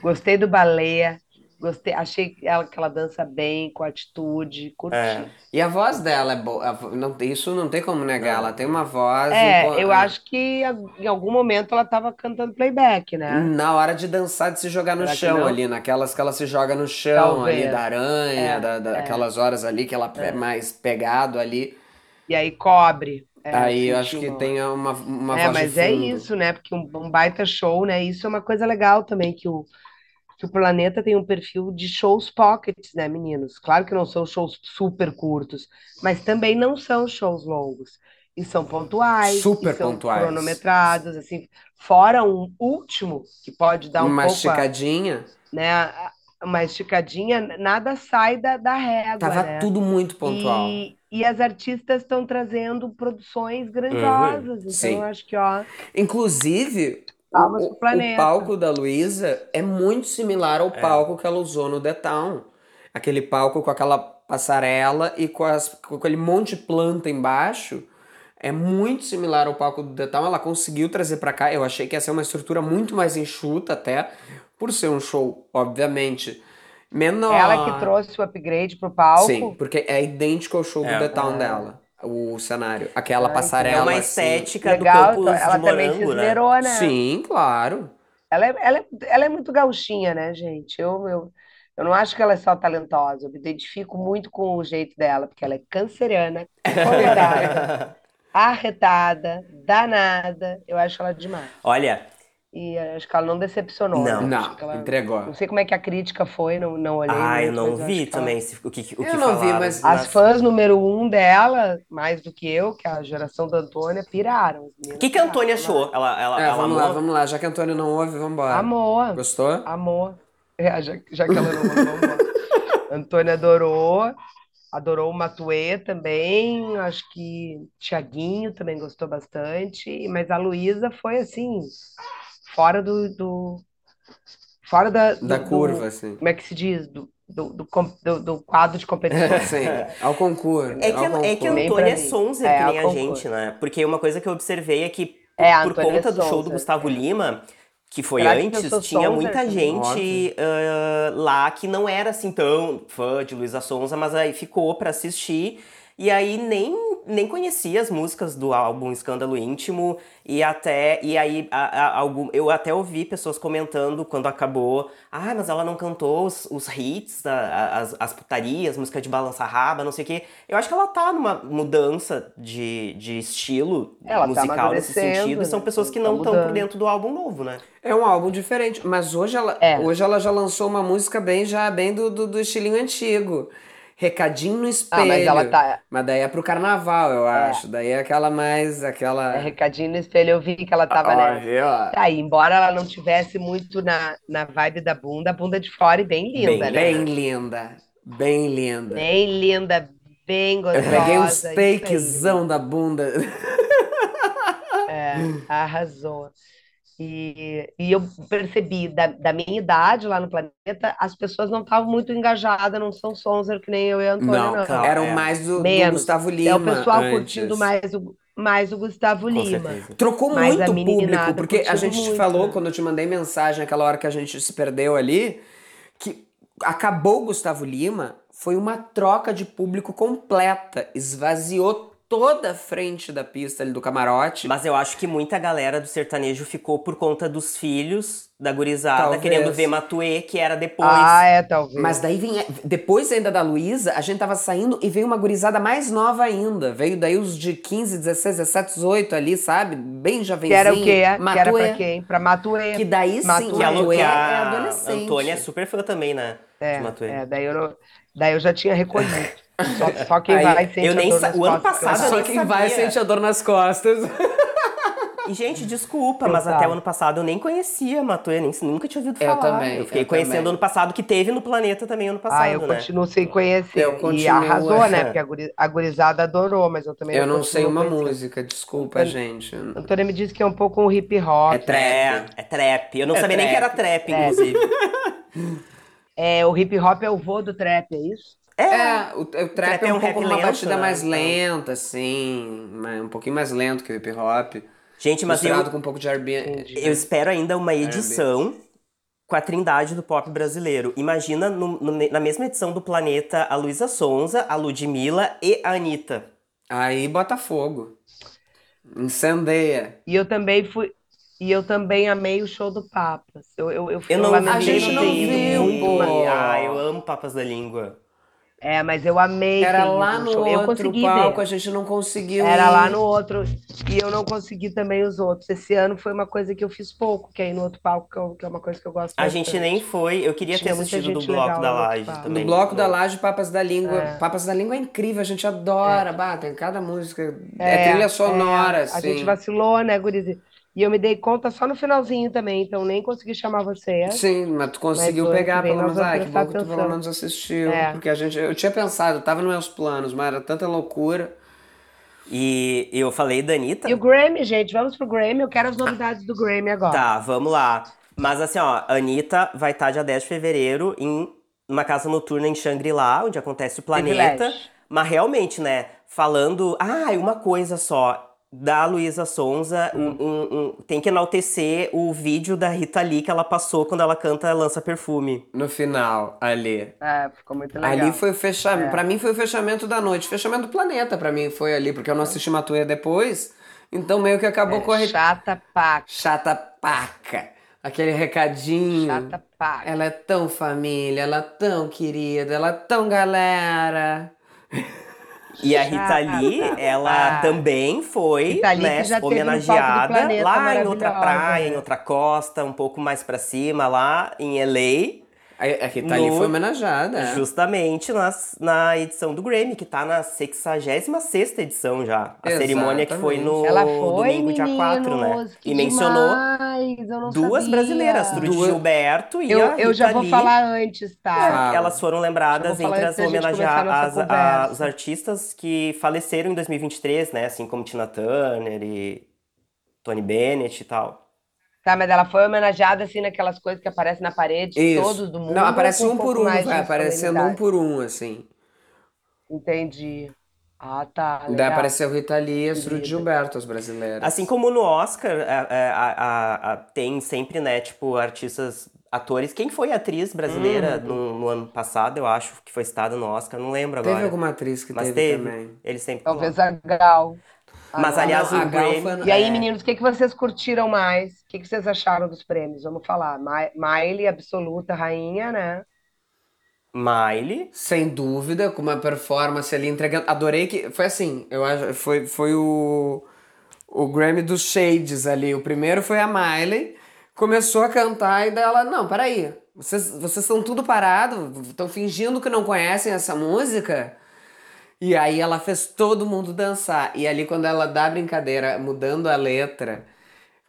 Speaker 4: gostei do balé, gostei, achei ela, que ela dança bem, com atitude, curti.
Speaker 2: É.
Speaker 3: E a voz dela é boa. a vo- Não, tem- isso não tem como negar. Ela tem uma voz.
Speaker 4: É,
Speaker 3: impo-
Speaker 4: eu acho que a- em algum momento ela tava cantando playback, né?
Speaker 3: Na hora de dançar, de se jogar no
Speaker 4: Será que
Speaker 3: chão
Speaker 4: não?
Speaker 3: ali, naquelas que ela se joga no chão
Speaker 4: Talvez.
Speaker 3: ali, da aranha,
Speaker 4: É,
Speaker 3: da, da-
Speaker 4: é.
Speaker 3: aquelas horas ali que ela é, mais pegado ali.
Speaker 4: E aí cobre. É,
Speaker 3: Aí eu acho
Speaker 4: senti
Speaker 3: que
Speaker 4: uma-
Speaker 3: tem uma, uma
Speaker 4: É,
Speaker 3: voz de
Speaker 4: mas é
Speaker 3: fundo.
Speaker 4: isso, né? Porque um, um baita show, né? Isso é uma coisa legal também, que o, que o Planeta tem um perfil de shows pockets, né, meninos? Claro que não são shows super curtos, mas também não são shows longos. E são pontuais, e
Speaker 3: Super
Speaker 4: são
Speaker 3: pontuais.
Speaker 4: cronometrados, assim, fora um último, que pode dar um
Speaker 3: uma
Speaker 4: pouco, a-
Speaker 3: esticadinha.
Speaker 4: né, a- uma esticadinha, nada sai da, da régua,
Speaker 3: Tava
Speaker 4: né?
Speaker 3: tudo muito pontual.
Speaker 4: E, e as artistas estão trazendo produções grandiosas, então
Speaker 3: Uhum. Sim.
Speaker 4: eu acho que, ó,
Speaker 3: Inclusive,
Speaker 4: Palmas
Speaker 3: o,
Speaker 4: pro
Speaker 3: o
Speaker 4: planeta.
Speaker 3: palco da Luísa é muito similar
Speaker 2: É.
Speaker 3: ao palco que ela usou no The Town. Aquele palco com aquela passarela e com, as- com aquele monte de planta embaixo. É muito similar ao palco do The Town. Ela conseguiu trazer pra cá. Eu achei que ia ser uma estrutura muito mais enxuta, até por ser um show, obviamente, menor.
Speaker 4: ela que trouxe o upgrade pro palco.
Speaker 3: Sim, porque é idêntico ao show
Speaker 2: É.
Speaker 3: do The Town dela. O cenário, aquela
Speaker 4: Ah, então.
Speaker 3: passarela.
Speaker 2: É uma
Speaker 3: assim.
Speaker 2: estética
Speaker 4: Legal,
Speaker 2: do
Speaker 4: então,
Speaker 2: Campus
Speaker 4: ela
Speaker 2: de
Speaker 4: também se
Speaker 2: Morango, né?
Speaker 4: esmerou, né?
Speaker 3: Sim, claro.
Speaker 4: Ela é, ela, é, ela é muito gauchinha, né, gente? Eu, eu, eu não acho que ela é só talentosa, eu me identifico muito com o jeito dela, porque ela é canceriana, colorada, arretada, danada, eu acho ela demais.
Speaker 2: Olha,
Speaker 4: E eu acho que ela não decepcionou,
Speaker 2: Não.
Speaker 4: né? Eu acho
Speaker 3: Não,
Speaker 4: que ela-
Speaker 3: entregou.
Speaker 4: Não sei como é que a crítica foi, não, não olhei
Speaker 2: ah, eu
Speaker 4: muito,
Speaker 2: não
Speaker 4: mas acho
Speaker 2: vi
Speaker 4: que ela-
Speaker 2: também se- o que, o que
Speaker 3: Eu não vi,
Speaker 2: falaram
Speaker 3: mas-
Speaker 2: nas-
Speaker 4: As fãs número um dela, mais do que eu, que é a geração da Antônia, piraram. As meninas
Speaker 2: O que, que a Antônia
Speaker 4: piraram,
Speaker 2: achou? Ela, ela,
Speaker 3: É,
Speaker 2: ela
Speaker 3: vamos lá,
Speaker 2: amou?
Speaker 3: vamos lá. Já que Antônio não ouve, vambora.
Speaker 4: Amor.
Speaker 3: Gostou?
Speaker 4: Amor. É, já, já que ela não mandou, amor. Antônia adorou. Adorou o Matuê também. Acho que Tiaguinho também gostou bastante. Mas a Luísa foi assim, fora do. do- fora da. do-
Speaker 3: Da
Speaker 4: do-
Speaker 3: curva, assim.
Speaker 4: como é que se diz? Do, do, do com- do- do quadro de competição.
Speaker 3: Sim, ao concurso.
Speaker 2: É que,
Speaker 3: ao
Speaker 2: é que a
Speaker 3: concurso.
Speaker 4: Nem pra
Speaker 2: Antônia é
Speaker 4: mim.
Speaker 2: sonza,
Speaker 4: É,
Speaker 2: que nem
Speaker 4: eu
Speaker 2: a
Speaker 4: concordo.
Speaker 2: gente, né? Porque uma coisa que eu observei é que
Speaker 4: É, a
Speaker 2: por
Speaker 4: Antônia
Speaker 2: conta do show do
Speaker 4: Souza.
Speaker 2: Gustavo Lima, que foi
Speaker 4: Será que
Speaker 2: antes,
Speaker 4: eu sou
Speaker 2: tinha
Speaker 4: Souza?
Speaker 2: muita gente ah, lá que não era assim tão fã de Luísa Sonza, mas aí ficou pra assistir. E aí nem, nem conhecia as músicas do álbum Escândalo Íntimo. E até. E aí a- a- algum, eu até ouvi pessoas comentando quando acabou. Ah, mas ela não cantou os, os hits, a- a- as, as putarias, música de balança raba, não sei o quê. Eu acho que ela tá numa mudança de, de estilo
Speaker 4: Ela tá
Speaker 2: musical nesse
Speaker 4: amadurecendo,
Speaker 2: sentido. E são
Speaker 4: né?
Speaker 2: pessoas que
Speaker 4: Tá
Speaker 2: não estão por
Speaker 4: mudando.
Speaker 2: dentro do álbum novo, né?
Speaker 3: É um álbum diferente, mas hoje ela,
Speaker 4: É.
Speaker 3: hoje ela já lançou uma música bem já bem do, do, do estilinho antigo. Recadinho no espelho.
Speaker 4: Ah, mas ela tá.
Speaker 3: Mas daí é pro carnaval, eu acho. Daí é aquela mais. aquela.
Speaker 4: É, recadinho no espelho, eu vi que ela tava,
Speaker 3: Ó,
Speaker 4: né?
Speaker 3: viu? ó?
Speaker 4: Tá, e embora ela não tivesse muito na, na vibe da bunda, a bunda de fora e bem linda, né?
Speaker 3: Bem linda. Bem linda.
Speaker 4: Bem linda, bem
Speaker 3: Eu
Speaker 4: gostosa.
Speaker 3: peguei um
Speaker 4: isso aí.
Speaker 3: steakzão da bunda.
Speaker 4: É, arrasou. E, e eu percebi da, da minha idade lá no planeta, as pessoas não estavam muito engajadas, não são sonzer que nem eu e a Antônia,
Speaker 3: Não,
Speaker 4: não.
Speaker 2: claro.
Speaker 3: eram
Speaker 2: é.
Speaker 3: mais do, do
Speaker 4: Menos.
Speaker 3: Gustavo Lima.
Speaker 4: É o pessoal
Speaker 3: antes.
Speaker 4: curtindo mais o, mais o Gustavo
Speaker 2: Com
Speaker 4: Lima.
Speaker 2: certeza.
Speaker 3: Trocou
Speaker 4: Mas
Speaker 3: muito
Speaker 4: a
Speaker 3: o público,
Speaker 4: meninada
Speaker 3: porque a
Speaker 4: curtiu
Speaker 3: gente te
Speaker 4: muito,
Speaker 3: falou
Speaker 4: né?
Speaker 3: quando eu te mandei mensagem, aquela hora que a gente se perdeu ali, que acabou o Gustavo Lima, foi uma troca de público completa. Esvaziou toda a frente da pista ali do camarote.
Speaker 2: Mas eu acho que muita galera do sertanejo ficou por conta dos filhos da gurizada,
Speaker 3: Talvez.
Speaker 2: querendo ver Matuê, que era depois.
Speaker 4: Ah, é, talvez.
Speaker 3: Mas daí vinha. Depois ainda da Luísa, a gente tava saindo e veio uma gurizada mais nova ainda. Veio daí os de 15, 16, 17, 18 ali, sabe? Bem
Speaker 4: que
Speaker 3: jovenzinho.
Speaker 4: era o quê? Que era
Speaker 3: Matuê.
Speaker 4: pra quem? Pra Matuê.
Speaker 3: Que daí sim,
Speaker 4: Matuê.
Speaker 2: que a, Lu-
Speaker 3: Matuê
Speaker 2: que
Speaker 3: é
Speaker 2: a
Speaker 3: adolescente.
Speaker 2: Antônia é super fã também, né?
Speaker 4: É,
Speaker 2: de Matuê.
Speaker 4: é, daí eu, não- daí eu já tinha recolhido. Só, só quem
Speaker 3: Aí,
Speaker 4: vai sente
Speaker 2: eu nem
Speaker 4: a dor
Speaker 2: sa-
Speaker 4: nas
Speaker 2: o ano
Speaker 4: costas.
Speaker 2: passado-
Speaker 3: Só
Speaker 2: nem
Speaker 3: quem vai
Speaker 2: sabia.
Speaker 3: sente a dor nas costas.
Speaker 2: E, gente, desculpa, mas
Speaker 4: Exato.
Speaker 2: até o ano passado eu nem conhecia Matuê, nem, nunca tinha ouvido
Speaker 3: Eu
Speaker 2: falar.
Speaker 3: também,
Speaker 2: Eu fiquei
Speaker 3: eu
Speaker 2: conhecendo
Speaker 3: também.
Speaker 2: ano passado, que teve no Planeta também ano passado,
Speaker 4: Ah, eu
Speaker 2: né?
Speaker 4: continuo sem conhecer.
Speaker 3: Eu
Speaker 4: e
Speaker 3: continuo,
Speaker 4: arrasou, né?
Speaker 2: é.
Speaker 4: Porque a, guri- a gurizada adorou, mas eu também
Speaker 3: Eu não sei
Speaker 4: continuo
Speaker 3: uma
Speaker 4: conhecendo.
Speaker 3: música, desculpa, gente.
Speaker 4: Antônia me disse que é um pouco um hip hop.
Speaker 3: É trap.
Speaker 2: É, é trap. Eu não
Speaker 3: É
Speaker 2: sabia nem que
Speaker 3: trap.
Speaker 2: era trap, inclusive.
Speaker 4: É, o hip hop é o vô do trap, é isso?
Speaker 3: É, o, o trap,
Speaker 2: Trap
Speaker 3: é
Speaker 2: é
Speaker 3: um,
Speaker 2: um
Speaker 3: pouco É.
Speaker 2: rap
Speaker 3: uma
Speaker 2: lento,
Speaker 3: batida
Speaker 2: né?
Speaker 3: mais
Speaker 2: Então.
Speaker 3: lenta, assim, né, um pouquinho mais lento que o hip hop,
Speaker 2: Gente, mas eu,
Speaker 3: misturado com É, um pouco de R&B.
Speaker 2: eu espero ainda uma edição com a trindade do pop brasileiro. Imagina no- no- na mesma edição do Planeta a Luísa Sonza, a Ludmilla e a Anitta.
Speaker 3: Aí bota fogo. Incendeia.
Speaker 4: E eu também fui. E eu também amei o show do Papas. Eu, eu, eu,
Speaker 2: Eu não
Speaker 4: lamentei
Speaker 3: A gente
Speaker 4: ter
Speaker 3: não
Speaker 4: ido
Speaker 3: viu,
Speaker 4: muito,
Speaker 3: pô.
Speaker 4: mas-
Speaker 2: Ah, eu amo Papas da Língua.
Speaker 4: É, mas eu amei ter
Speaker 3: Era
Speaker 4: ido
Speaker 3: lá no
Speaker 4: show. Eu
Speaker 3: outro
Speaker 4: consegui
Speaker 3: palco,
Speaker 4: ver.
Speaker 3: a gente não conseguiu
Speaker 4: Era
Speaker 3: ir.
Speaker 4: lá no outro. E eu não consegui também os outros. Esse ano foi uma coisa que eu fiz pouco, que aí no outro palco, que, eu- que é uma coisa que eu gosto
Speaker 2: A gente
Speaker 4: bastante.
Speaker 2: nem foi. Eu queria ter
Speaker 4: Tinha muita
Speaker 2: assistido do
Speaker 4: gente
Speaker 2: Bloco
Speaker 4: legal
Speaker 2: da
Speaker 4: no outro
Speaker 2: Laje
Speaker 4: palco.
Speaker 2: também. É.
Speaker 3: Do Bloco da
Speaker 2: Não.
Speaker 3: Laje, Papas da Língua.
Speaker 4: É.
Speaker 3: Papas da Língua é incrível, a gente adora. Bah, tem cada música. É,
Speaker 4: É,
Speaker 3: trilha sonora,
Speaker 4: é,
Speaker 3: assim.
Speaker 4: A gente vacilou, né, Gurizi? E eu me dei conta só no finalzinho também, então nem consegui chamar vocês.
Speaker 3: Sim, mas tu conseguiu
Speaker 4: Mas o ano
Speaker 3: pegar
Speaker 4: que vem
Speaker 3: pelo
Speaker 4: nós
Speaker 3: menos.
Speaker 4: vamos
Speaker 3: Ai, que bom
Speaker 4: prestar
Speaker 3: que tu pelo
Speaker 4: atenção.
Speaker 3: menos assistiu.
Speaker 4: É.
Speaker 3: Porque a gente. Eu tinha pensado, tava nos meus planos, mas era tanta loucura.
Speaker 2: E eu falei da Anitta.
Speaker 4: E o Grammy, gente, vamos pro Grammy. Eu quero as novidades do Grammy agora.
Speaker 2: Tá, vamos lá. Mas assim, ó, a Anitta vai estar dia 10 de fevereiro em uma casa noturna em Shangri-La, onde acontece o planeta.
Speaker 4: Privilégio.
Speaker 2: Mas realmente, né, falando. Ah, e uma coisa só. Da Luísa Sonza,
Speaker 4: Hum.
Speaker 2: um- um- um- tem que enaltecer o vídeo da Rita Lee que ela passou quando ela canta Lança Perfume.
Speaker 3: No final, ali.
Speaker 4: É, ficou muito legal.
Speaker 3: Ali foi o
Speaker 4: É.
Speaker 3: fechamento. Pra mim foi o fechamento da noite. Fechamento do planeta, pra mim, foi ali, porque eu não assisti Matuê depois. Então meio que acabou
Speaker 4: É,
Speaker 3: correndo.
Speaker 4: Chata paca.
Speaker 3: Chata paca. Aquele recadinho.
Speaker 4: Chata paca.
Speaker 3: Ela é tão família, ela é tão querida, ela é tão galera.
Speaker 2: E a Rita Lee,
Speaker 4: Ah,
Speaker 2: ela
Speaker 4: ah.
Speaker 2: também foi
Speaker 4: Rita Lee
Speaker 2: né,
Speaker 4: que já teve no
Speaker 2: homenageada
Speaker 4: Palco do Planeta,
Speaker 2: lá em outra
Speaker 4: maravilhosa,
Speaker 2: praia,
Speaker 4: né?
Speaker 2: em outra costa, um pouco mais pra cima, lá em LA,
Speaker 3: A, a Rita Lee
Speaker 2: No-
Speaker 3: foi homenageada. é.
Speaker 2: justamente nas, na edição do Grammy, que tá na 66ª edição já. A cerimônia que foi no
Speaker 4: Ela foi,
Speaker 2: domingo, dia 4, né?
Speaker 4: meninos, que
Speaker 2: E mencionou
Speaker 4: demais, eu não
Speaker 2: duas
Speaker 4: sabia.
Speaker 2: brasileiras, Trudy
Speaker 3: Duas-
Speaker 2: Gilberto e a
Speaker 4: Eu,
Speaker 2: Rita
Speaker 4: eu já vou
Speaker 2: Lee.
Speaker 4: falar antes, tá?
Speaker 3: Fala.
Speaker 2: Elas foram lembradas
Speaker 4: Já vou falar
Speaker 2: entre as
Speaker 4: antes da gente começar a
Speaker 2: homenageadas,
Speaker 4: nossa
Speaker 2: as-
Speaker 4: conversa.
Speaker 2: a- os artistas que faleceram em 2023, né? Assim como Tina Turner e Tony Bennett e tal.
Speaker 4: Tá, mas ela foi homenageada, assim, naquelas coisas que aparecem na parede,
Speaker 3: Isso.
Speaker 4: todos do mundo.
Speaker 3: Não, aparece
Speaker 4: com
Speaker 3: um por
Speaker 4: pouco
Speaker 3: um,
Speaker 4: mais
Speaker 3: vai
Speaker 4: de
Speaker 3: aparecendo um
Speaker 4: solenidade.
Speaker 3: por um, assim.
Speaker 4: Entendi. Ah, tá.
Speaker 3: Daí
Speaker 4: Legal.
Speaker 3: apareceu Rita Lee e a Trudy
Speaker 4: Querida.
Speaker 3: Gilberto, as brasileiras.
Speaker 2: Assim como no Oscar, a- a- a- a- tem sempre, né? Tipo, artistas, atores. Quem foi a atriz brasileira
Speaker 4: Hum.
Speaker 2: no, no ano passado, eu acho, que foi citada no Oscar? Não lembro
Speaker 3: Teve
Speaker 2: agora.
Speaker 3: alguma atriz que
Speaker 2: Mas
Speaker 3: teve,
Speaker 2: teve.
Speaker 3: também.
Speaker 2: Eles sempre.
Speaker 4: Talvez a Gal. Ah,
Speaker 2: Mas,
Speaker 4: não.
Speaker 2: aliás,
Speaker 3: Não,
Speaker 2: o
Speaker 3: a Gal
Speaker 2: Grammy-
Speaker 3: foi no-
Speaker 4: E aí,
Speaker 3: é.
Speaker 4: meninos, o que, que vocês curtiram mais? O que, que vocês acharam dos prêmios? Vamos falar. Ma- Miley, absoluta rainha, né?
Speaker 2: Miley.
Speaker 3: Sem dúvida, com uma performance ali entregando. Adorei que. Foi assim, eu acho. Foi, foi o. O Grammy dos Shades ali. O primeiro foi a Miley. Começou a cantar e daí ela. Não, peraí. Vocês vocês estão tudo parado, estão fingindo que não conhecem essa música. E aí ela fez todo mundo dançar. E ali quando ela dá a brincadeira, mudando a letra,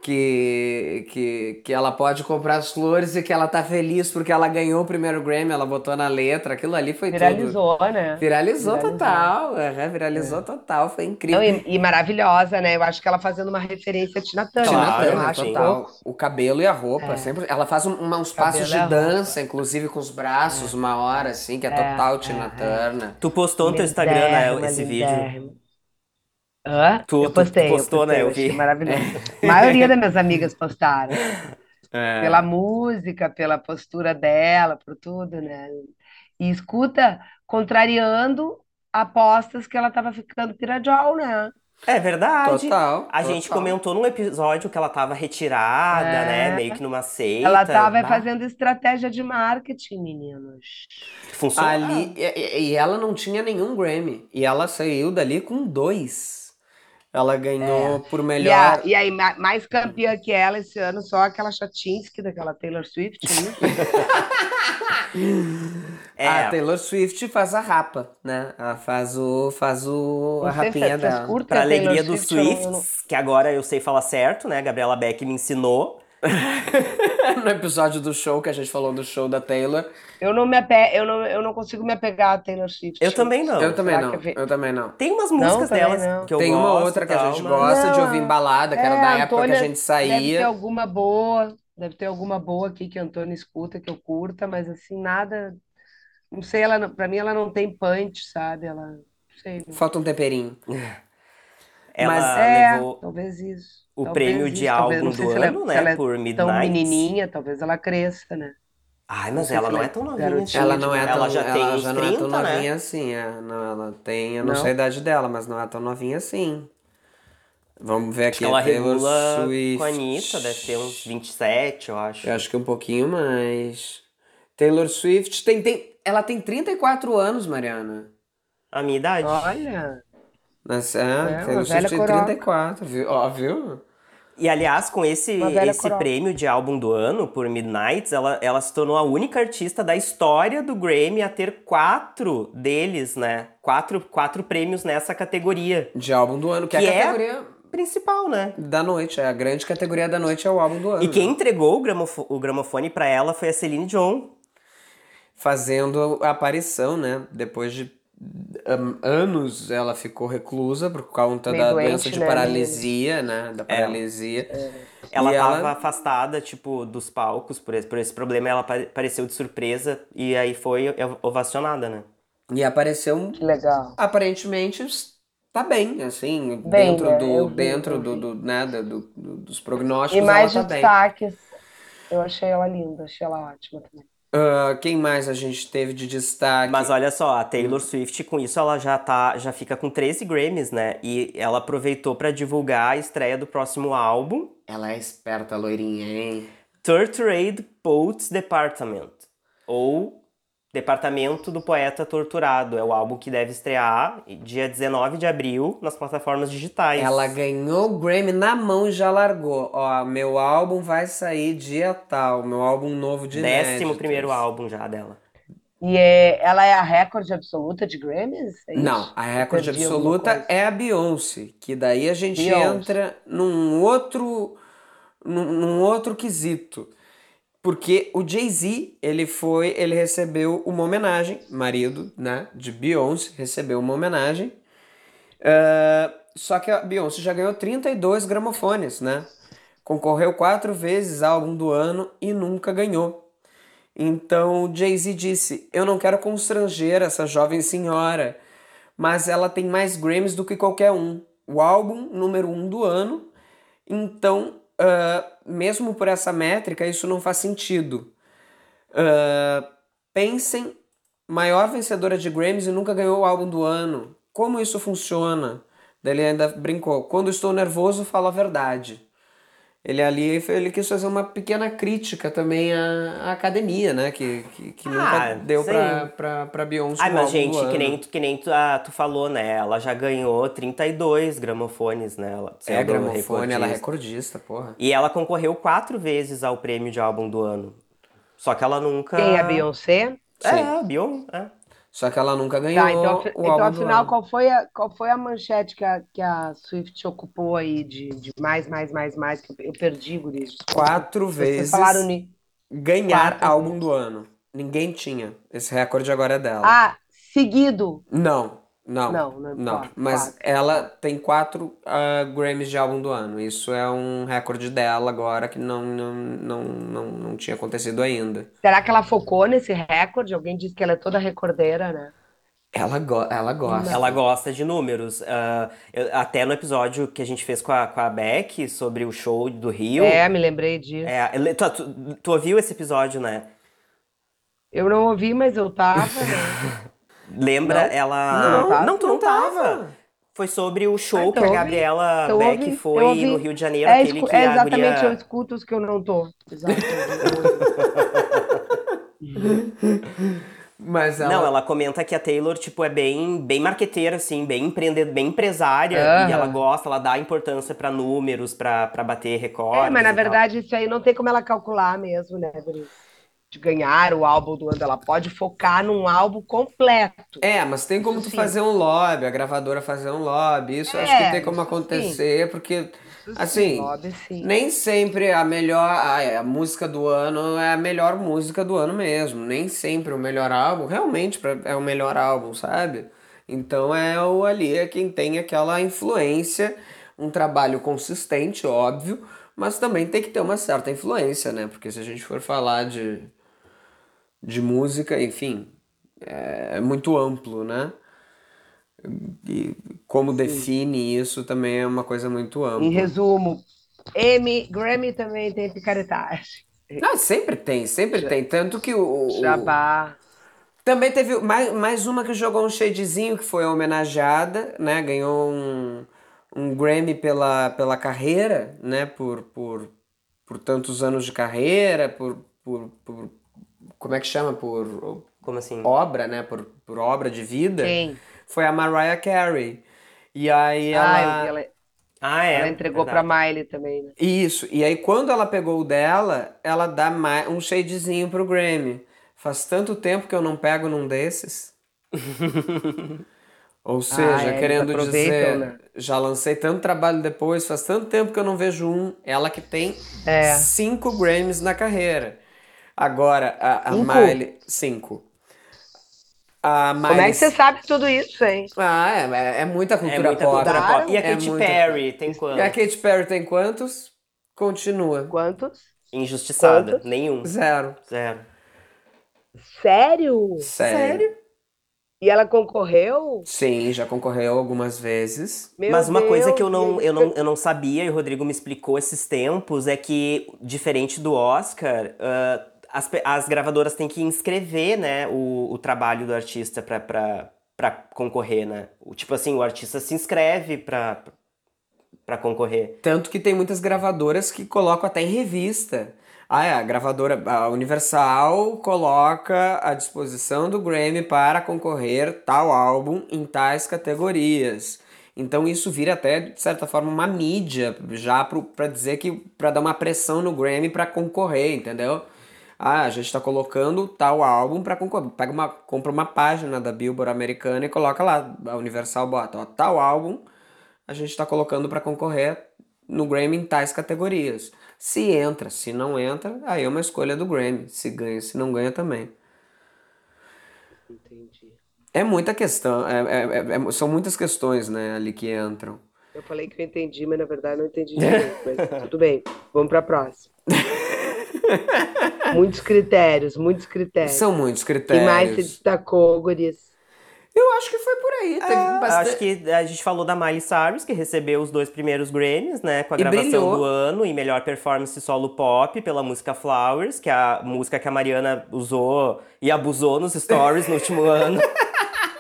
Speaker 3: que, que, que ela pode comprar as flores e que ela tá feliz porque ela ganhou o primeiro Grammy, ela botou na letra, aquilo ali foi tudo.
Speaker 4: Viralizou, né?
Speaker 3: Viralizou.
Speaker 4: Viralizou. É.
Speaker 3: total, aham, viralizou total, foi incrível.
Speaker 4: Não, e, e maravilhosa, né? Eu acho que ela fazendo uma referência a Tina Turner. né?
Speaker 3: Tina
Speaker 2: Claro,
Speaker 4: eu
Speaker 3: Turner,
Speaker 4: acho então. É.
Speaker 2: sim.
Speaker 3: total. O cabelo e a roupa, sempre. Ela faz um- uma- uns passos de
Speaker 4: cabelo e a
Speaker 3: dança, inclusive com os braços, uma hora assim, que é total Tina Turner.
Speaker 2: Tu postou no teu Instagram, né,
Speaker 4: Lindérrima,
Speaker 2: esse vídeo.
Speaker 4: lindérrima. Hã?
Speaker 2: Tu-
Speaker 4: eu
Speaker 2: tu
Speaker 4: postei, é. eu
Speaker 2: postou, né?
Speaker 4: postei,
Speaker 2: Eu
Speaker 4: achei
Speaker 2: vi.
Speaker 4: maravilhoso. A maioria das minhas amigas postaram.
Speaker 2: É.
Speaker 4: pela música, pela postura dela, por tudo, né? E escuta, contrariando apostas que ela tava ficando piradol, né?
Speaker 2: É verdade.
Speaker 3: Total.
Speaker 2: A gente
Speaker 3: total.
Speaker 2: comentou num episódio que ela tava retirada,
Speaker 4: É.
Speaker 2: né? Meio que numa seita. né?
Speaker 4: Ela tava
Speaker 2: Bah,
Speaker 4: fazendo estratégia de marketing, meninos.
Speaker 2: Funcionou.
Speaker 3: Ali, e, e- e ela não tinha nenhum Grammy. E ela saiu dali com dois. Ela ganhou por
Speaker 4: É. E, a,
Speaker 3: melhor.
Speaker 4: e aí, ma- mais campeã que ela esse ano, só aquela Chatinsky daquela Taylor Swift, né?
Speaker 2: É,
Speaker 4: ah,
Speaker 3: A Taylor Swift faz a rapa, né? Ela faz o. faz o. a
Speaker 4: Não sei se
Speaker 3: rapinha
Speaker 4: vocês
Speaker 3: dela.
Speaker 4: curtem
Speaker 2: pra
Speaker 4: a Taylor
Speaker 2: alegria dos
Speaker 4: Swift, eu não- eu não-
Speaker 2: Swifts, que agora eu sei falar certo, né? Gabriela Beck me ensinou.
Speaker 3: no episódio do show que a gente falou do show da Taylor.
Speaker 4: Eu não me ape... eu não, eu não consigo me apegar a Taylor Swift.
Speaker 2: Eu também não.
Speaker 3: eu também
Speaker 4: será
Speaker 3: não.
Speaker 4: que é eu vi-
Speaker 3: Eu também não.
Speaker 2: Tem umas
Speaker 4: Não,
Speaker 2: músicas
Speaker 4: também
Speaker 2: delas
Speaker 4: não.
Speaker 2: que eu
Speaker 3: Tem uma
Speaker 2: gosto e
Speaker 3: outra que a
Speaker 2: tal, né?
Speaker 3: gente
Speaker 2: mas-
Speaker 3: gosta de
Speaker 4: Não,
Speaker 3: ouvir em balada, que era
Speaker 4: É,
Speaker 3: da época que a
Speaker 4: Antônia
Speaker 3: gente
Speaker 4: Deve ter
Speaker 3: saía.
Speaker 4: alguma boa, deve ter alguma boa aqui que a Antônia escuta, que eu curta, mas assim, nada. Não sei, ela não- pra mim ela não tem punch, sabe? Ela. Não sei. né?
Speaker 3: Falta um temperinho.
Speaker 2: Ela
Speaker 3: Mas-
Speaker 4: É,
Speaker 2: ah, levou
Speaker 4: talvez isso.
Speaker 2: o
Speaker 4: Talvez
Speaker 2: prêmio de
Speaker 4: isso, talvez,
Speaker 2: álbum
Speaker 4: não sei
Speaker 2: do
Speaker 4: se ela é-
Speaker 2: ano,
Speaker 4: se
Speaker 2: né?
Speaker 4: ela é
Speaker 2: por
Speaker 4: Tão
Speaker 2: Midnight.
Speaker 4: menininha, talvez ela cresça, né?
Speaker 2: Ai, mas
Speaker 4: sei
Speaker 2: ela
Speaker 4: se
Speaker 2: não
Speaker 4: ela
Speaker 2: é tão
Speaker 4: é
Speaker 2: novinha
Speaker 4: garotinha.
Speaker 2: assim,
Speaker 3: Ela não é
Speaker 2: tipo,
Speaker 3: tão,
Speaker 2: Ela já tem uns
Speaker 3: já não
Speaker 2: 30,
Speaker 3: é tão
Speaker 2: né?
Speaker 3: novinha assim. É, não, ela tem, eu não,
Speaker 4: Não?
Speaker 3: sei a idade dela, mas não é tão novinha assim. Vamos ver aqui.
Speaker 2: Ela
Speaker 3: Taylor
Speaker 2: regula
Speaker 3: Swift.
Speaker 2: com a Anitta, deve ter uns 27, eu acho.
Speaker 3: Eu acho que um pouquinho mais. Taylor Swift tem, tem, ela tem 34 anos, Mariana.
Speaker 2: A minha idade.
Speaker 4: Olha,
Speaker 3: Mas, é,
Speaker 4: uma velha
Speaker 3: Taylor Swift tem
Speaker 4: coroca.
Speaker 3: 34, viu? Ó, viu?
Speaker 2: E aliás, com esse,
Speaker 4: Uma velha
Speaker 2: esse
Speaker 4: coroa.
Speaker 2: prêmio de álbum do ano, por Midnights, ela, ela se tornou a única artista da história do Grammy a ter quatro deles, né? Quatro, quatro prêmios nessa categoria
Speaker 3: De álbum do ano, que,
Speaker 2: Que
Speaker 3: é a
Speaker 2: é?
Speaker 3: categoria
Speaker 2: principal, né?
Speaker 3: da noite. É a grande categoria da noite é o álbum do ano.
Speaker 2: E quem entregou o, gramofo- o gramofone pra ela foi a Celine Dion.
Speaker 3: fazendo a aparição, né? Depois de am- anos ela ficou reclusa por conta
Speaker 4: Meio
Speaker 3: da
Speaker 4: doente,
Speaker 3: doença de
Speaker 4: né,
Speaker 3: paralisia, né? Da paralisia.
Speaker 2: Ela
Speaker 3: E
Speaker 2: tava
Speaker 3: ela-
Speaker 2: afastada, tipo, dos palcos por esse, por esse problema. Ela apa- apareceu de surpresa e aí foi o- ovacionada, né?
Speaker 3: E apareceu,
Speaker 4: que legal.
Speaker 3: aparentemente, tá bem, assim,
Speaker 4: Bem,
Speaker 3: dentro
Speaker 4: né,
Speaker 3: do.
Speaker 4: eu vi,
Speaker 3: dentro
Speaker 4: eu
Speaker 3: do,
Speaker 4: vi.
Speaker 3: do, né, do- do- do- dos
Speaker 4: E
Speaker 3: prognósticos,
Speaker 4: mais
Speaker 3: ela tá bem.
Speaker 4: destaques. Eu achei ela linda, achei ela ótima também.
Speaker 3: Ah, quem mais a gente teve de destaque?
Speaker 2: Mas olha só, a Taylor
Speaker 3: Hum.
Speaker 2: Swift, com isso, ela já tá, já fica com 13 Grammys, né? E ela aproveitou pra divulgar a estreia do próximo álbum,
Speaker 3: Ela é esperta, loirinha, hein?
Speaker 2: Torturade Poets Department, ou Departamento do Poeta Torturado. É o álbum que deve estrear dia 19 de abril nas plataformas digitais.
Speaker 3: Ela ganhou o Grammy na mão e já largou. Ó, meu álbum vai sair dia tal, meu álbum novo de
Speaker 2: Décimo
Speaker 3: inéditos.
Speaker 2: primeiro álbum já dela.
Speaker 4: E é, ela é a recorde absoluta de Grammys? É
Speaker 3: Não,
Speaker 4: isso?
Speaker 3: a recorde
Speaker 4: Perdi alguma
Speaker 3: absoluta
Speaker 4: coisa.
Speaker 3: é a Beyoncé, que daí a gente
Speaker 4: Beyoncé.
Speaker 3: entra num outro num, num outro quesito. Porque o Jay-Z, ele foi, ele recebeu uma homenagem, marido, né, de Beyoncé, recebeu uma homenagem. Ah, só que a Beyoncé já ganhou 32 gramofones, né? Concorreu quatro vezes ao álbum do ano e nunca ganhou. Então o Jay-Z disse: Eu não quero constranger essa jovem senhora, mas ela tem mais Grammys do que qualquer um. O álbum número um do ano. Então, ah, mesmo por essa métrica, isso não faz sentido. Ah, pensem, maior vencedora de Grammys e nunca ganhou o álbum do ano. Como isso funciona? Daí Ele ainda brincou. Quando estou nervoso, falo a verdade. Ele ali ele quis fazer uma pequena crítica também à, à academia, né? Que, que, que
Speaker 2: Ah,
Speaker 3: nunca deu
Speaker 2: sim.
Speaker 3: pra, pra, pra Beyoncé
Speaker 2: Ai,
Speaker 3: o
Speaker 2: mas
Speaker 3: álbum do
Speaker 2: gente,
Speaker 3: ano.
Speaker 2: que nem, tu- que nem tu, ah, tu falou, né? Ela já ganhou 32 gramofones, né? Ela,
Speaker 3: É,
Speaker 2: sendo
Speaker 3: gramofone, ela é
Speaker 2: recordista.
Speaker 3: recordista, porra.
Speaker 2: E ela concorreu quatro vezes ao prêmio de álbum do ano. Só que ela nunca.
Speaker 4: Quem é a Beyoncé?
Speaker 2: É,
Speaker 3: Sim.
Speaker 2: a Beyoncé. é.
Speaker 3: Só que ela nunca ganhou
Speaker 4: Tá, então, afi-
Speaker 3: o
Speaker 4: então,
Speaker 3: álbum do
Speaker 4: afinal,
Speaker 3: ano.
Speaker 4: qual foi, a, qual foi a manchete que a, que a Swift ocupou aí de, de mais, mais, mais, mais? Que eu, eu perdi, Guris.
Speaker 3: Quatro
Speaker 4: Vocês
Speaker 3: vezes
Speaker 4: falaram ni...
Speaker 3: ganhar
Speaker 4: quatro
Speaker 3: álbum do ano. Ninguém tinha. Esse recorde agora é dela.
Speaker 4: Ah, seguido.
Speaker 3: Não, não,
Speaker 4: Não, não é quatro,
Speaker 3: Mas
Speaker 4: quatro.
Speaker 3: ela tem quatro ah, Grammys de álbum do ano. Isso é um recorde dela agora que não, não, não, não, não tinha acontecido ainda.
Speaker 4: Será que ela focou nesse recorde? Alguém disse que ela é toda recordeira, né?
Speaker 3: Ela, go ela gosta.
Speaker 2: Ela gosta de números. Ah, eu- até no episódio que a gente fez com a, com a Beck sobre o show do Rio.
Speaker 4: É, me lembrei disso.
Speaker 2: é, ele- tu, tu- tu ouviu esse episódio, né?
Speaker 4: Eu não ouvi, mas eu tava, né?
Speaker 2: Lembra?
Speaker 4: Não.
Speaker 2: Ela.
Speaker 4: Não, tá-
Speaker 2: tu não
Speaker 3: não tava.
Speaker 2: tava. Foi sobre o show
Speaker 4: Ah, então
Speaker 2: que a
Speaker 4: ouvi.
Speaker 2: Gabriela
Speaker 4: Então
Speaker 2: Beck
Speaker 4: ouvi,
Speaker 2: foi
Speaker 4: eu ouvi.
Speaker 2: no Rio de Janeiro,
Speaker 4: É,
Speaker 2: aquele
Speaker 4: escu-
Speaker 2: que a
Speaker 4: é,
Speaker 2: guria-
Speaker 4: exatamente, eu escuto os que eu não tô. Exato.
Speaker 3: Mas ela.
Speaker 2: Não, ela comenta que a Taylor, tipo, é bem, bem marqueteira, assim, bem, empreende... bem empresária.
Speaker 4: Aham.
Speaker 2: E ela gosta, ela dá importância pra números, pra, pra bater recordes
Speaker 4: É, mas na
Speaker 2: e tal.
Speaker 4: verdade isso aí não tem como ela calcular mesmo, né, Guri? De ganhar o álbum do ano. Ela pode focar num álbum completo.
Speaker 3: É, mas tem como
Speaker 4: Isso
Speaker 3: tu
Speaker 4: sim.
Speaker 3: fazer um lobby, a gravadora fazer um lobby, isso eu acho
Speaker 4: É,
Speaker 3: que tem como
Speaker 4: isso sim.
Speaker 3: acontecer, porque
Speaker 4: Isso
Speaker 3: Assim,
Speaker 4: sim, Bob, sim.
Speaker 3: nem sempre a melhor a, a música do ano é a melhor música do ano mesmo, nem sempre o melhor álbum realmente pra- é o melhor álbum, sabe? Então é o ali é quem tem aquela influência, um trabalho consistente, óbvio, mas também tem que ter uma certa influência, né? Porque se a gente for falar de de música, enfim, é muito amplo, né? E como define isso também é uma coisa muito
Speaker 4: Em
Speaker 3: ampla.
Speaker 4: resumo, M, Grammy também tem picaretagem.
Speaker 3: Não, sempre tem, sempre tem. Tanto que o. o-
Speaker 4: Jabá.
Speaker 3: Também teve mais, mais uma que jogou um shadezinho que foi homenageada, né? Ganhou um, um Grammy pela, pela carreira, né? Por, por, por tantos anos de carreira, por, por, por. Como é que chama? Por
Speaker 2: Como assim?
Speaker 3: obra, né? Por, por obra de
Speaker 2: É.
Speaker 3: vida.
Speaker 4: Quem?
Speaker 3: Foi a Mariah Carey. E aí
Speaker 4: Ah,
Speaker 3: ela.
Speaker 4: eu vi, ela,
Speaker 2: Ah, é.
Speaker 4: ela entregou
Speaker 2: verdade.
Speaker 4: pra Miley também, né?
Speaker 3: Isso, e aí quando ela pegou o dela, ela dá mais um shadezinho pro Grammy. Faz tanto tempo que eu não pego num desses. Ou seja,
Speaker 4: é, eles
Speaker 3: querendo
Speaker 4: aproveitam,
Speaker 3: dizer,
Speaker 4: né?
Speaker 3: já lancei tanto trabalho depois, faz tanto tempo que eu não vejo um. Ela que tem
Speaker 4: É.
Speaker 3: cinco Grammys na carreira. Agora, a, a
Speaker 4: Cinco?
Speaker 3: Miley. Cinco. A
Speaker 4: Como é
Speaker 3: Miley-
Speaker 4: que você sabe tudo isso, hein?
Speaker 3: Ah, é, é- é muita
Speaker 2: É
Speaker 3: cultura
Speaker 2: muita
Speaker 3: pop.
Speaker 2: cultura
Speaker 4: Claro.
Speaker 2: pop. E a
Speaker 3: É
Speaker 2: Katy
Speaker 3: muita-
Speaker 2: Perry, tem quanto?
Speaker 3: E
Speaker 4: É
Speaker 3: a Katy Perry tem quantos? Continua.
Speaker 4: Quantos?
Speaker 2: Injustiçada.
Speaker 4: Quantos?
Speaker 2: Nenhum.
Speaker 3: Zero.
Speaker 2: Zero.
Speaker 4: Sério?
Speaker 3: Sério?
Speaker 4: E ela concorreu?
Speaker 3: Sim, já concorreu algumas vezes.
Speaker 4: Meu
Speaker 2: Mas uma coisa
Speaker 4: Deus,
Speaker 2: que eu não,
Speaker 4: gente,
Speaker 2: eu, não, eu não sabia e o Rodrigo me explicou esses tempos é que, diferente do Oscar, ah, as, pe- as gravadoras têm que inscrever né, o, o trabalho do artista pra, pra, pra concorrer, né? O- Tipo assim, o artista se inscreve pra, pra concorrer.
Speaker 3: Tanto que tem muitas gravadoras que colocam até em revista. Ah, é, a gravadora a Universal coloca à disposição do Grammy para concorrer tal álbum em tais categorias. Então isso vira até, de certa forma, uma mídia já pro- pra dizer que pra dar uma pressão no Grammy pra concorrer, entendeu? Ah, a gente tá colocando tal álbum pra concorrer. Pega uma, compra uma página da Billboard americana e coloca lá, a Universal bota, ó, tal álbum a gente tá colocando pra concorrer no Grammy em tais categorias. Se entra, se não entra, aí é uma escolha do Grammy. Se ganha, se não ganha também.
Speaker 4: Entendi.
Speaker 3: É muita questão, é- é- é- é- são muitas questões, né, ali que entram.
Speaker 4: Eu falei que eu entendi, mas na verdade eu não entendi direito. Mas tudo bem, vamos para a próxima. muitos critérios, muitos critérios.
Speaker 3: São muitos
Speaker 4: Quem É. mais se
Speaker 3: critérios.
Speaker 4: destacou, Guris?
Speaker 3: Eu acho que foi por aí. Teve
Speaker 4: É,
Speaker 3: bastante...
Speaker 2: Ah, Acho que a gente falou da Miley Cyrus, que recebeu os dois primeiros Grammys, né? Com a
Speaker 3: E
Speaker 2: gravação
Speaker 3: brilhou.
Speaker 2: do ano e melhor performance solo pop pela música Flowers, que é a música que a Mariana usou e abusou nos stories no último ano.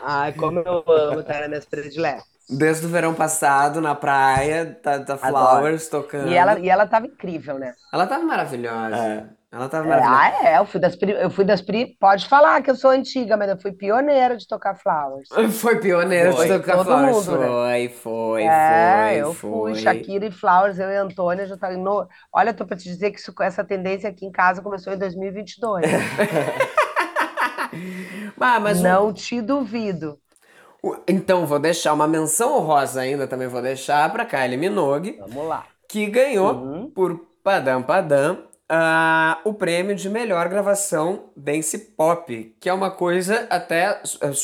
Speaker 4: Ai, como eu amo, tá nas minhas prediletas.
Speaker 3: Desde o verão passado, na praia, tá, tá
Speaker 4: Adoro.
Speaker 3: Flowers tocando.
Speaker 4: E ela, e ela tava incrível, né?
Speaker 3: Ela tava maravilhosa.
Speaker 2: É.
Speaker 3: Ela tava maravilhosa.
Speaker 4: Ah, é, eu fui das pri... eu fui das pri... pode falar que eu sou antiga, mas eu fui pioneira de tocar Flowers.
Speaker 3: Foi pioneira
Speaker 2: Foi.
Speaker 3: de tocar
Speaker 4: Todo
Speaker 3: Flowers.
Speaker 4: mundo, né?
Speaker 3: Foi, foi,
Speaker 4: É,
Speaker 3: foi,
Speaker 4: eu fui,
Speaker 3: foi.
Speaker 4: Shakira e Flowers, eu e a Antônia já tá no... Olha, eu tô pra te dizer que isso- essa tendência aqui em casa começou em 2022.
Speaker 3: Ah, mas o-
Speaker 4: Não te duvido.
Speaker 3: o- então vou deixar uma menção honrosa ainda também vou deixar para Kylie Minogue,
Speaker 4: Vamos lá.
Speaker 3: que ganhou
Speaker 4: Uhum.
Speaker 3: por Padam Padam ah, o prêmio de melhor gravação dance pop, que é uma coisa até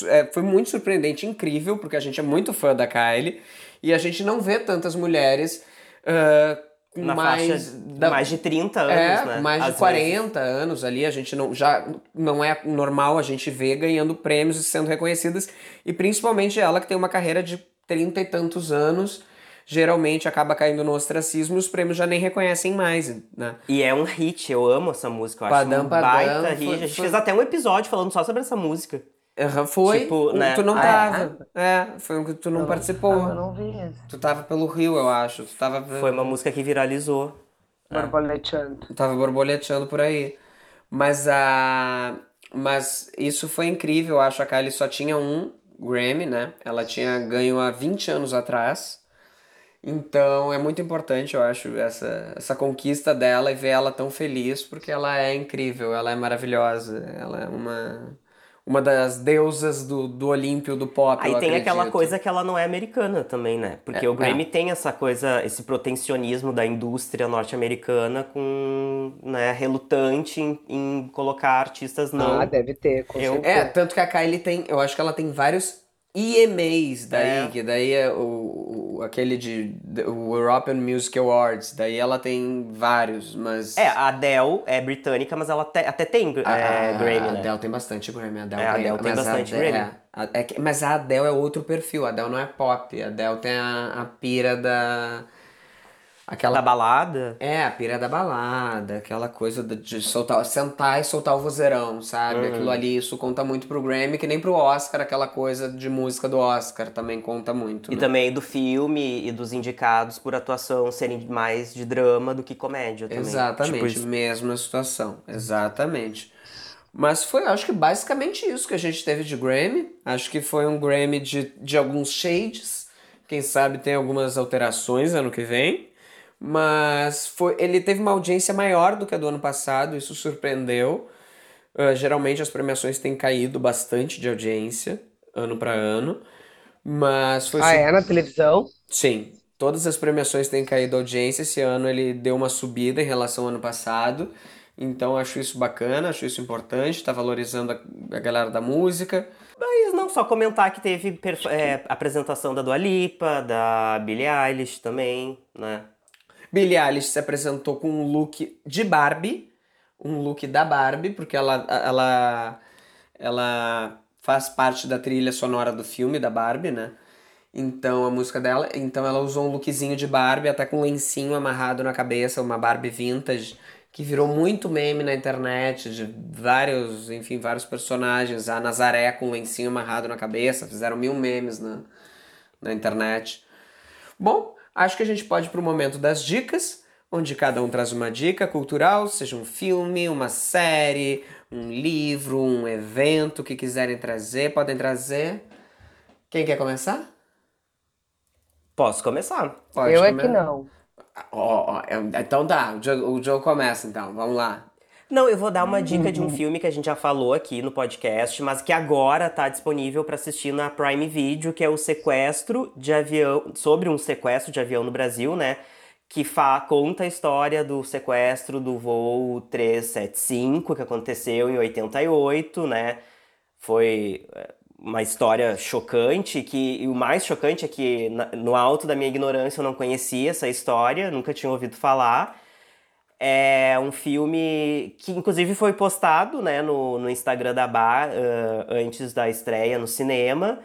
Speaker 3: é, foi muito surpreendente, incrível, porque a gente é muito fã da Kylie e a gente não vê tantas mulheres ah, com com
Speaker 2: Na
Speaker 3: mais
Speaker 2: faixa de
Speaker 3: da-
Speaker 2: mais de 30 anos,
Speaker 3: é,
Speaker 2: né?
Speaker 3: com mais de
Speaker 2: Às
Speaker 3: 40
Speaker 2: vezes.
Speaker 3: anos ali, a gente não já não é normal a gente ver ganhando prêmios e sendo reconhecidas, e principalmente ela que tem uma carreira de 30 e tantos anos, geralmente acaba caindo no ostracismo e os prêmios já nem reconhecem mais, né?
Speaker 2: E é um hit, eu amo essa música, eu acho
Speaker 3: Padam,
Speaker 2: um
Speaker 3: padam,
Speaker 2: baita
Speaker 3: foi-
Speaker 2: hit. a gente
Speaker 3: foi-
Speaker 2: fez até um episódio falando só sobre essa música.
Speaker 3: Aham, Foi,
Speaker 2: Tipo,
Speaker 3: o-
Speaker 2: né?
Speaker 3: tu não
Speaker 4: Ah, é?
Speaker 3: tava. É, foi o que tu não participou.
Speaker 4: Ah, eu não vi isso.
Speaker 3: Tu tava pelo Rio, eu acho. Tu tava
Speaker 2: Foi uma música que viralizou.
Speaker 3: É.
Speaker 4: Borboleteando.
Speaker 3: Tava borboleteando por aí. Mas a. Mas isso foi incrível, eu acho. A Kylie só tinha um Grammy, né? Ela tinha ganho há 20 anos atrás. Então é muito importante, eu acho, essa, essa conquista dela e ver ela tão feliz, porque ela é incrível, ela é maravilhosa, ela é uma, uma das deusas do, do Olímpio, do pop.
Speaker 2: Aí
Speaker 3: eu
Speaker 2: tem aquela
Speaker 3: acredito.
Speaker 2: coisa que ela não é americana também, né? Porque
Speaker 3: É,
Speaker 2: o Grammy tem essa coisa, esse protecionismo da indústria norte-americana com, né, relutante em, em colocar artistas não.
Speaker 4: Ah, deve ter, com
Speaker 2: Eu-
Speaker 3: É,
Speaker 4: certeza.
Speaker 3: tanto que a Kylie tem, eu acho que ela tem vários EMAs daí,
Speaker 2: É.
Speaker 3: que daí é o, o- aquele de o European Music Awards, daí ela tem vários, mas
Speaker 2: É, a Adele é britânica, mas ela até, até tem
Speaker 3: a,
Speaker 2: é,
Speaker 3: a-
Speaker 2: Grammy,
Speaker 3: a
Speaker 2: né?
Speaker 3: Adele tem bastante Grammy, a Adele,
Speaker 2: É, a
Speaker 3: ganha,
Speaker 2: Adele tem
Speaker 3: mas a
Speaker 2: bastante
Speaker 3: Adele-
Speaker 2: Grammy.
Speaker 3: é, a- é que- mas a Adele é outro perfil, a Adele não é pop, a Adele tem a, a pira da aquela
Speaker 2: Da tá balada.
Speaker 3: É, a pira da balada, aquela coisa de- de soltar, sentar e soltar o vozeirão, sabe? Aquilo ali, isso conta muito pro Grammy, que nem pro Oscar, aquela coisa de música do Oscar também conta muito.
Speaker 2: E
Speaker 3: né?
Speaker 2: também do filme e dos indicados por atuação serem mais de drama do que comédia também. Tipo
Speaker 3: Exatamente,
Speaker 2: isso.
Speaker 3: mesma situação, exatamente. Mas foi, acho que basicamente isso que a gente teve de Grammy. Acho que foi um Grammy de, de alguns shades. Quem sabe tem algumas alterações ano que vem. Mas foi, ele teve uma audiência maior do que a do ano passado, isso surpreendeu. Ah, geralmente as premiações têm caído bastante de audiência, ano para ano. Mas foi
Speaker 4: Ah, é na televisão?
Speaker 3: Sim, todas as premiações têm caído audiência. Esse ano ele deu uma subida em relação ao ano passado. Então acho isso bacana, acho isso importante, tá valorizando a, a galera da música.
Speaker 2: Mas não só comentar que teve perf- é, apresentação da Dua Lipa, da Billie Eilish também, né?
Speaker 3: Billie Eilish se apresentou com um look de Barbie, um look da Barbie, porque ela, ela, ela faz parte da trilha sonora do filme da Barbie, né? Então a música dela, então ela usou um lookzinho de Barbie, até com um lencinho amarrado na cabeça, uma Barbie vintage, que virou muito meme na internet, de vários, enfim, vários personagens, a Nazaré com um lencinho amarrado na cabeça, fizeram mil memes na, na internet. Bom, acho que a gente pode ir para o momento das dicas, onde cada um traz uma dica cultural, seja um filme, uma série, um livro, um evento que quiserem trazer, podem trazer. Quem quer começar?
Speaker 2: Posso começar.
Speaker 3: Pode
Speaker 4: eu é
Speaker 3: começar.
Speaker 4: que não.
Speaker 3: Ó, ó, é- então tá, o Joe, o Joe começa então, vamos lá.
Speaker 2: Não, eu vou dar uma dica de um filme que a gente já falou aqui no podcast, mas que agora tá disponível para assistir na Prime Video, que é o sequestro de avião, sobre um sequestro de avião no Brasil, né? Que fa conta a história do sequestro do voo 375 que aconteceu em 88, né? Foi é, uma história chocante que e o mais chocante é que na- no alto da minha ignorância eu não conhecia essa história, nunca tinha ouvido falar. É um filme que, inclusive, foi postado né, no, no Instagram da Bar eh, antes da estreia no cinema.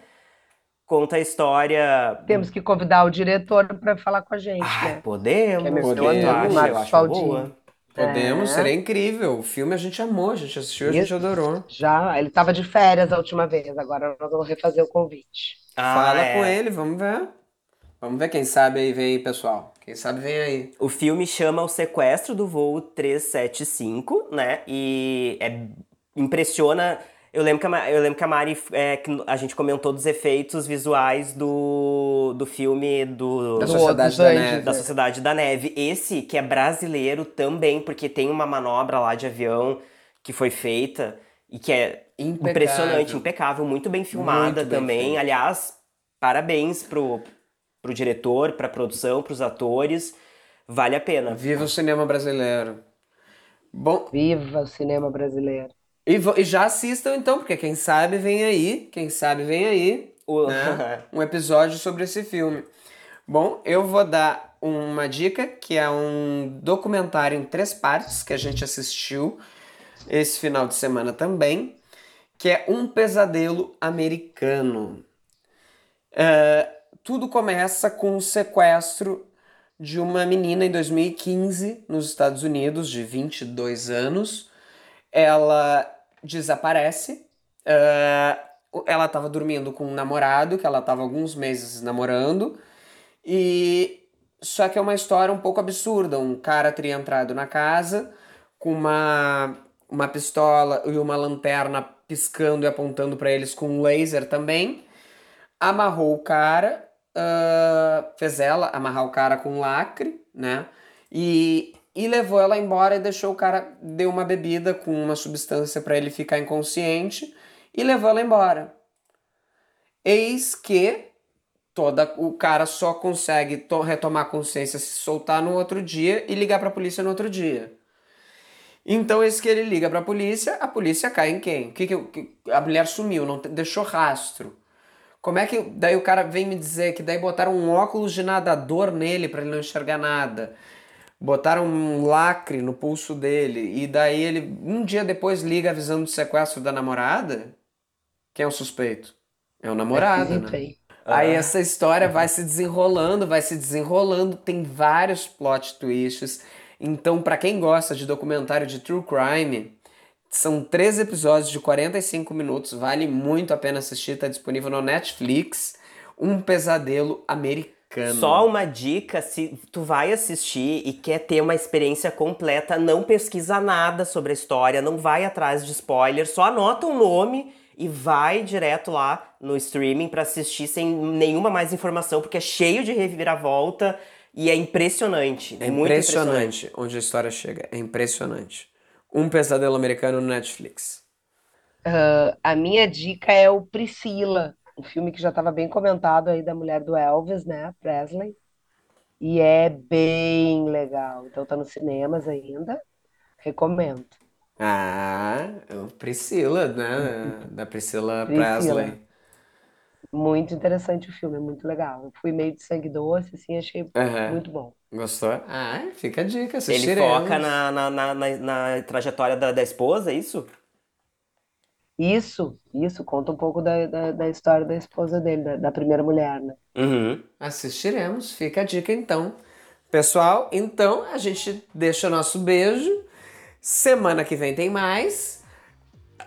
Speaker 2: Conta a história.
Speaker 4: Temos que convidar o diretor para falar com a gente,
Speaker 2: Ai,
Speaker 3: Ah,
Speaker 4: né?
Speaker 2: podemos,
Speaker 4: Quer me
Speaker 3: ver?
Speaker 2: tu acha?
Speaker 3: Podemos.
Speaker 2: eu acho
Speaker 4: Faldinho.
Speaker 2: boa.
Speaker 3: Podemos,
Speaker 4: É.
Speaker 3: seria incrível. O filme a gente amou, a gente assistiu, a gente
Speaker 4: Isso.
Speaker 3: adorou.
Speaker 4: Já, ele estava de férias a última vez, agora nós vamos refazer o convite.
Speaker 2: Ah,
Speaker 3: Fala
Speaker 2: é.
Speaker 3: com ele, vamos ver. Vamos ver quem sabe aí, vem aí, pessoal. Quem sabe vem aí.
Speaker 2: O filme chama O Sequestro do Voo 375, né? E é, impressiona. Eu lembro que a, Ma- eu lembro que a Mari. é, que a gente comentou dos efeitos visuais do, do filme do.
Speaker 3: Da
Speaker 4: Do-
Speaker 3: Sociedade
Speaker 4: dos
Speaker 3: da
Speaker 4: Anjos,
Speaker 3: Neve.
Speaker 2: da Sociedade da Neve. Esse que é brasileiro também, porque tem uma manobra lá de avião que foi feita e que é impressionante, impecável, muito bem filmada
Speaker 3: Muito bem
Speaker 2: também.
Speaker 3: feito.
Speaker 2: Aliás, parabéns pro, pro diretor, pra produção, pros atores. Vale a pena.
Speaker 3: Viva o cinema brasileiro. Bom,
Speaker 4: Viva o cinema brasileiro.
Speaker 3: e, vo- e já assistam então, porque quem sabe vem aí, quem sabe vem aí,
Speaker 2: O-
Speaker 3: né? Um episódio sobre esse filme. Bom, eu vou dar uma dica, que é um documentário em três partes que a gente assistiu esse final de semana também, que é Um Pesadelo Americano. É, tudo começa com o sequestro de uma menina em 2015 nos Estados Unidos, de 22 anos. Ela desaparece. é, ela estava dormindo com um namorado que ela estava alguns meses namorando. E só que é uma história um pouco absurda, um cara teria entrado na casa com uma uma pistola e uma lanterna piscando e apontando para eles com um laser também. Amarrou o cara, ah, fez ela amarrar o cara com um lacre, né? E, e levou ela embora e deixou o cara, deu uma bebida com uma substância para ele ficar inconsciente e levou ela embora. Eis que toda o cara só consegue to- retomar a consciência se soltar no outro dia e ligar pra polícia no outro dia. Então esse que ele liga pra polícia, a polícia cai em quem? O que que, o que- a mulher sumiu, não te- deixou rastro. Como é que daí o cara vem me dizer que daí botaram um óculos de nadador nele pra ele não enxergar nada? Botaram um lacre no pulso dele e daí ele um dia depois liga avisando o sequestro da namorada? Quem é o suspeito? É o namorado, né?
Speaker 4: Esquisito, hein?
Speaker 3: Aí
Speaker 2: Ah.
Speaker 3: essa história vai se desenrolando, vai se desenrolando, tem vários plot twists. Então, pra quem gosta de documentário de true crime, são três episódios de 45 minutos, vale muito a pena assistir, tá disponível no Netflix. Um pesadelo americano.
Speaker 2: Só um. uma dica, se tu vai assistir e quer ter uma experiência completa, não pesquisa nada sobre a história, não vai atrás de spoiler, só anota o nome e vai direto lá no streaming pra assistir sem nenhuma mais informação, porque é cheio de reviravolta e é impressionante.
Speaker 3: É
Speaker 2: muito
Speaker 3: impressionante onde a história chega. É impressionante. Um pesadelo americano no Netflix.
Speaker 4: A minha dica é o Priscila, um filme que já estava bem comentado aí da mulher do Elvis, né, Presley. E é bem legal. Então tá nos cinemas ainda. Recomendo.
Speaker 3: Ah, é o Priscila, né? Da Priscila
Speaker 4: Priscila.
Speaker 3: Presley.
Speaker 4: Muito interessante o filme, é muito legal. Eu fui meio de sangue doce, assim, achei
Speaker 3: Aham.
Speaker 4: muito bom.
Speaker 3: Gostou? Ah, fica a dica,
Speaker 2: Ele
Speaker 3: assistiremos.
Speaker 2: foca na, na, na, na- na trajetória da, da esposa, é isso?
Speaker 4: Isso, isso, conta um pouco da, da, da história da esposa dele, da, da primeira mulher, né?
Speaker 2: Uhum.
Speaker 3: Assistiremos, fica a dica então. Pessoal, então a gente deixa o nosso beijo. Semana que vem tem mais.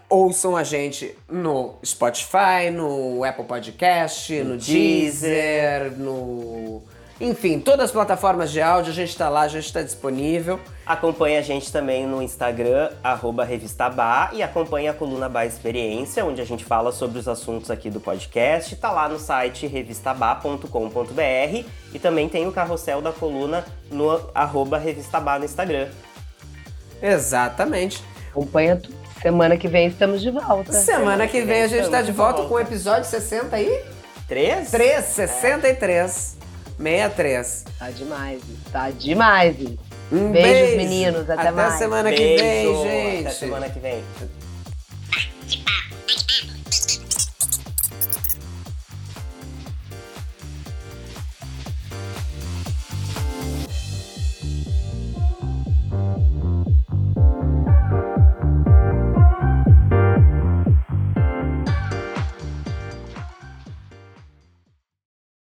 Speaker 3: Ouçam a gente no Spotify, no Apple Podcast, no Deezer, no. Enfim, todas as plataformas de áudio, a gente tá lá, a gente tá disponível.
Speaker 2: Acompanhe a gente também no Instagram, arroba Revista Bar, e acompanhe a coluna Bar Experiência, onde a gente fala sobre os assuntos aqui do podcast. Tá lá no site revistabar.com.br e também tem o carrossel da coluna no arroba Revista Bar no Instagram.
Speaker 3: Exatamente.
Speaker 4: Acompanha tudo. Semana que vem estamos de volta.
Speaker 3: Semana que vem a gente tá
Speaker 2: estamos
Speaker 3: de
Speaker 2: de
Speaker 3: volta
Speaker 2: volta.
Speaker 3: com o episódio 60 aí.
Speaker 2: Três?
Speaker 3: 3, 63. 63.
Speaker 4: Tá demais, tá demais.
Speaker 3: Um
Speaker 4: Beijos,
Speaker 3: beijo.
Speaker 4: meninos. Até
Speaker 3: Até
Speaker 4: mais.
Speaker 3: semana que
Speaker 2: Beijo!
Speaker 3: vem,
Speaker 2: Até
Speaker 3: gente.
Speaker 2: semana que vem.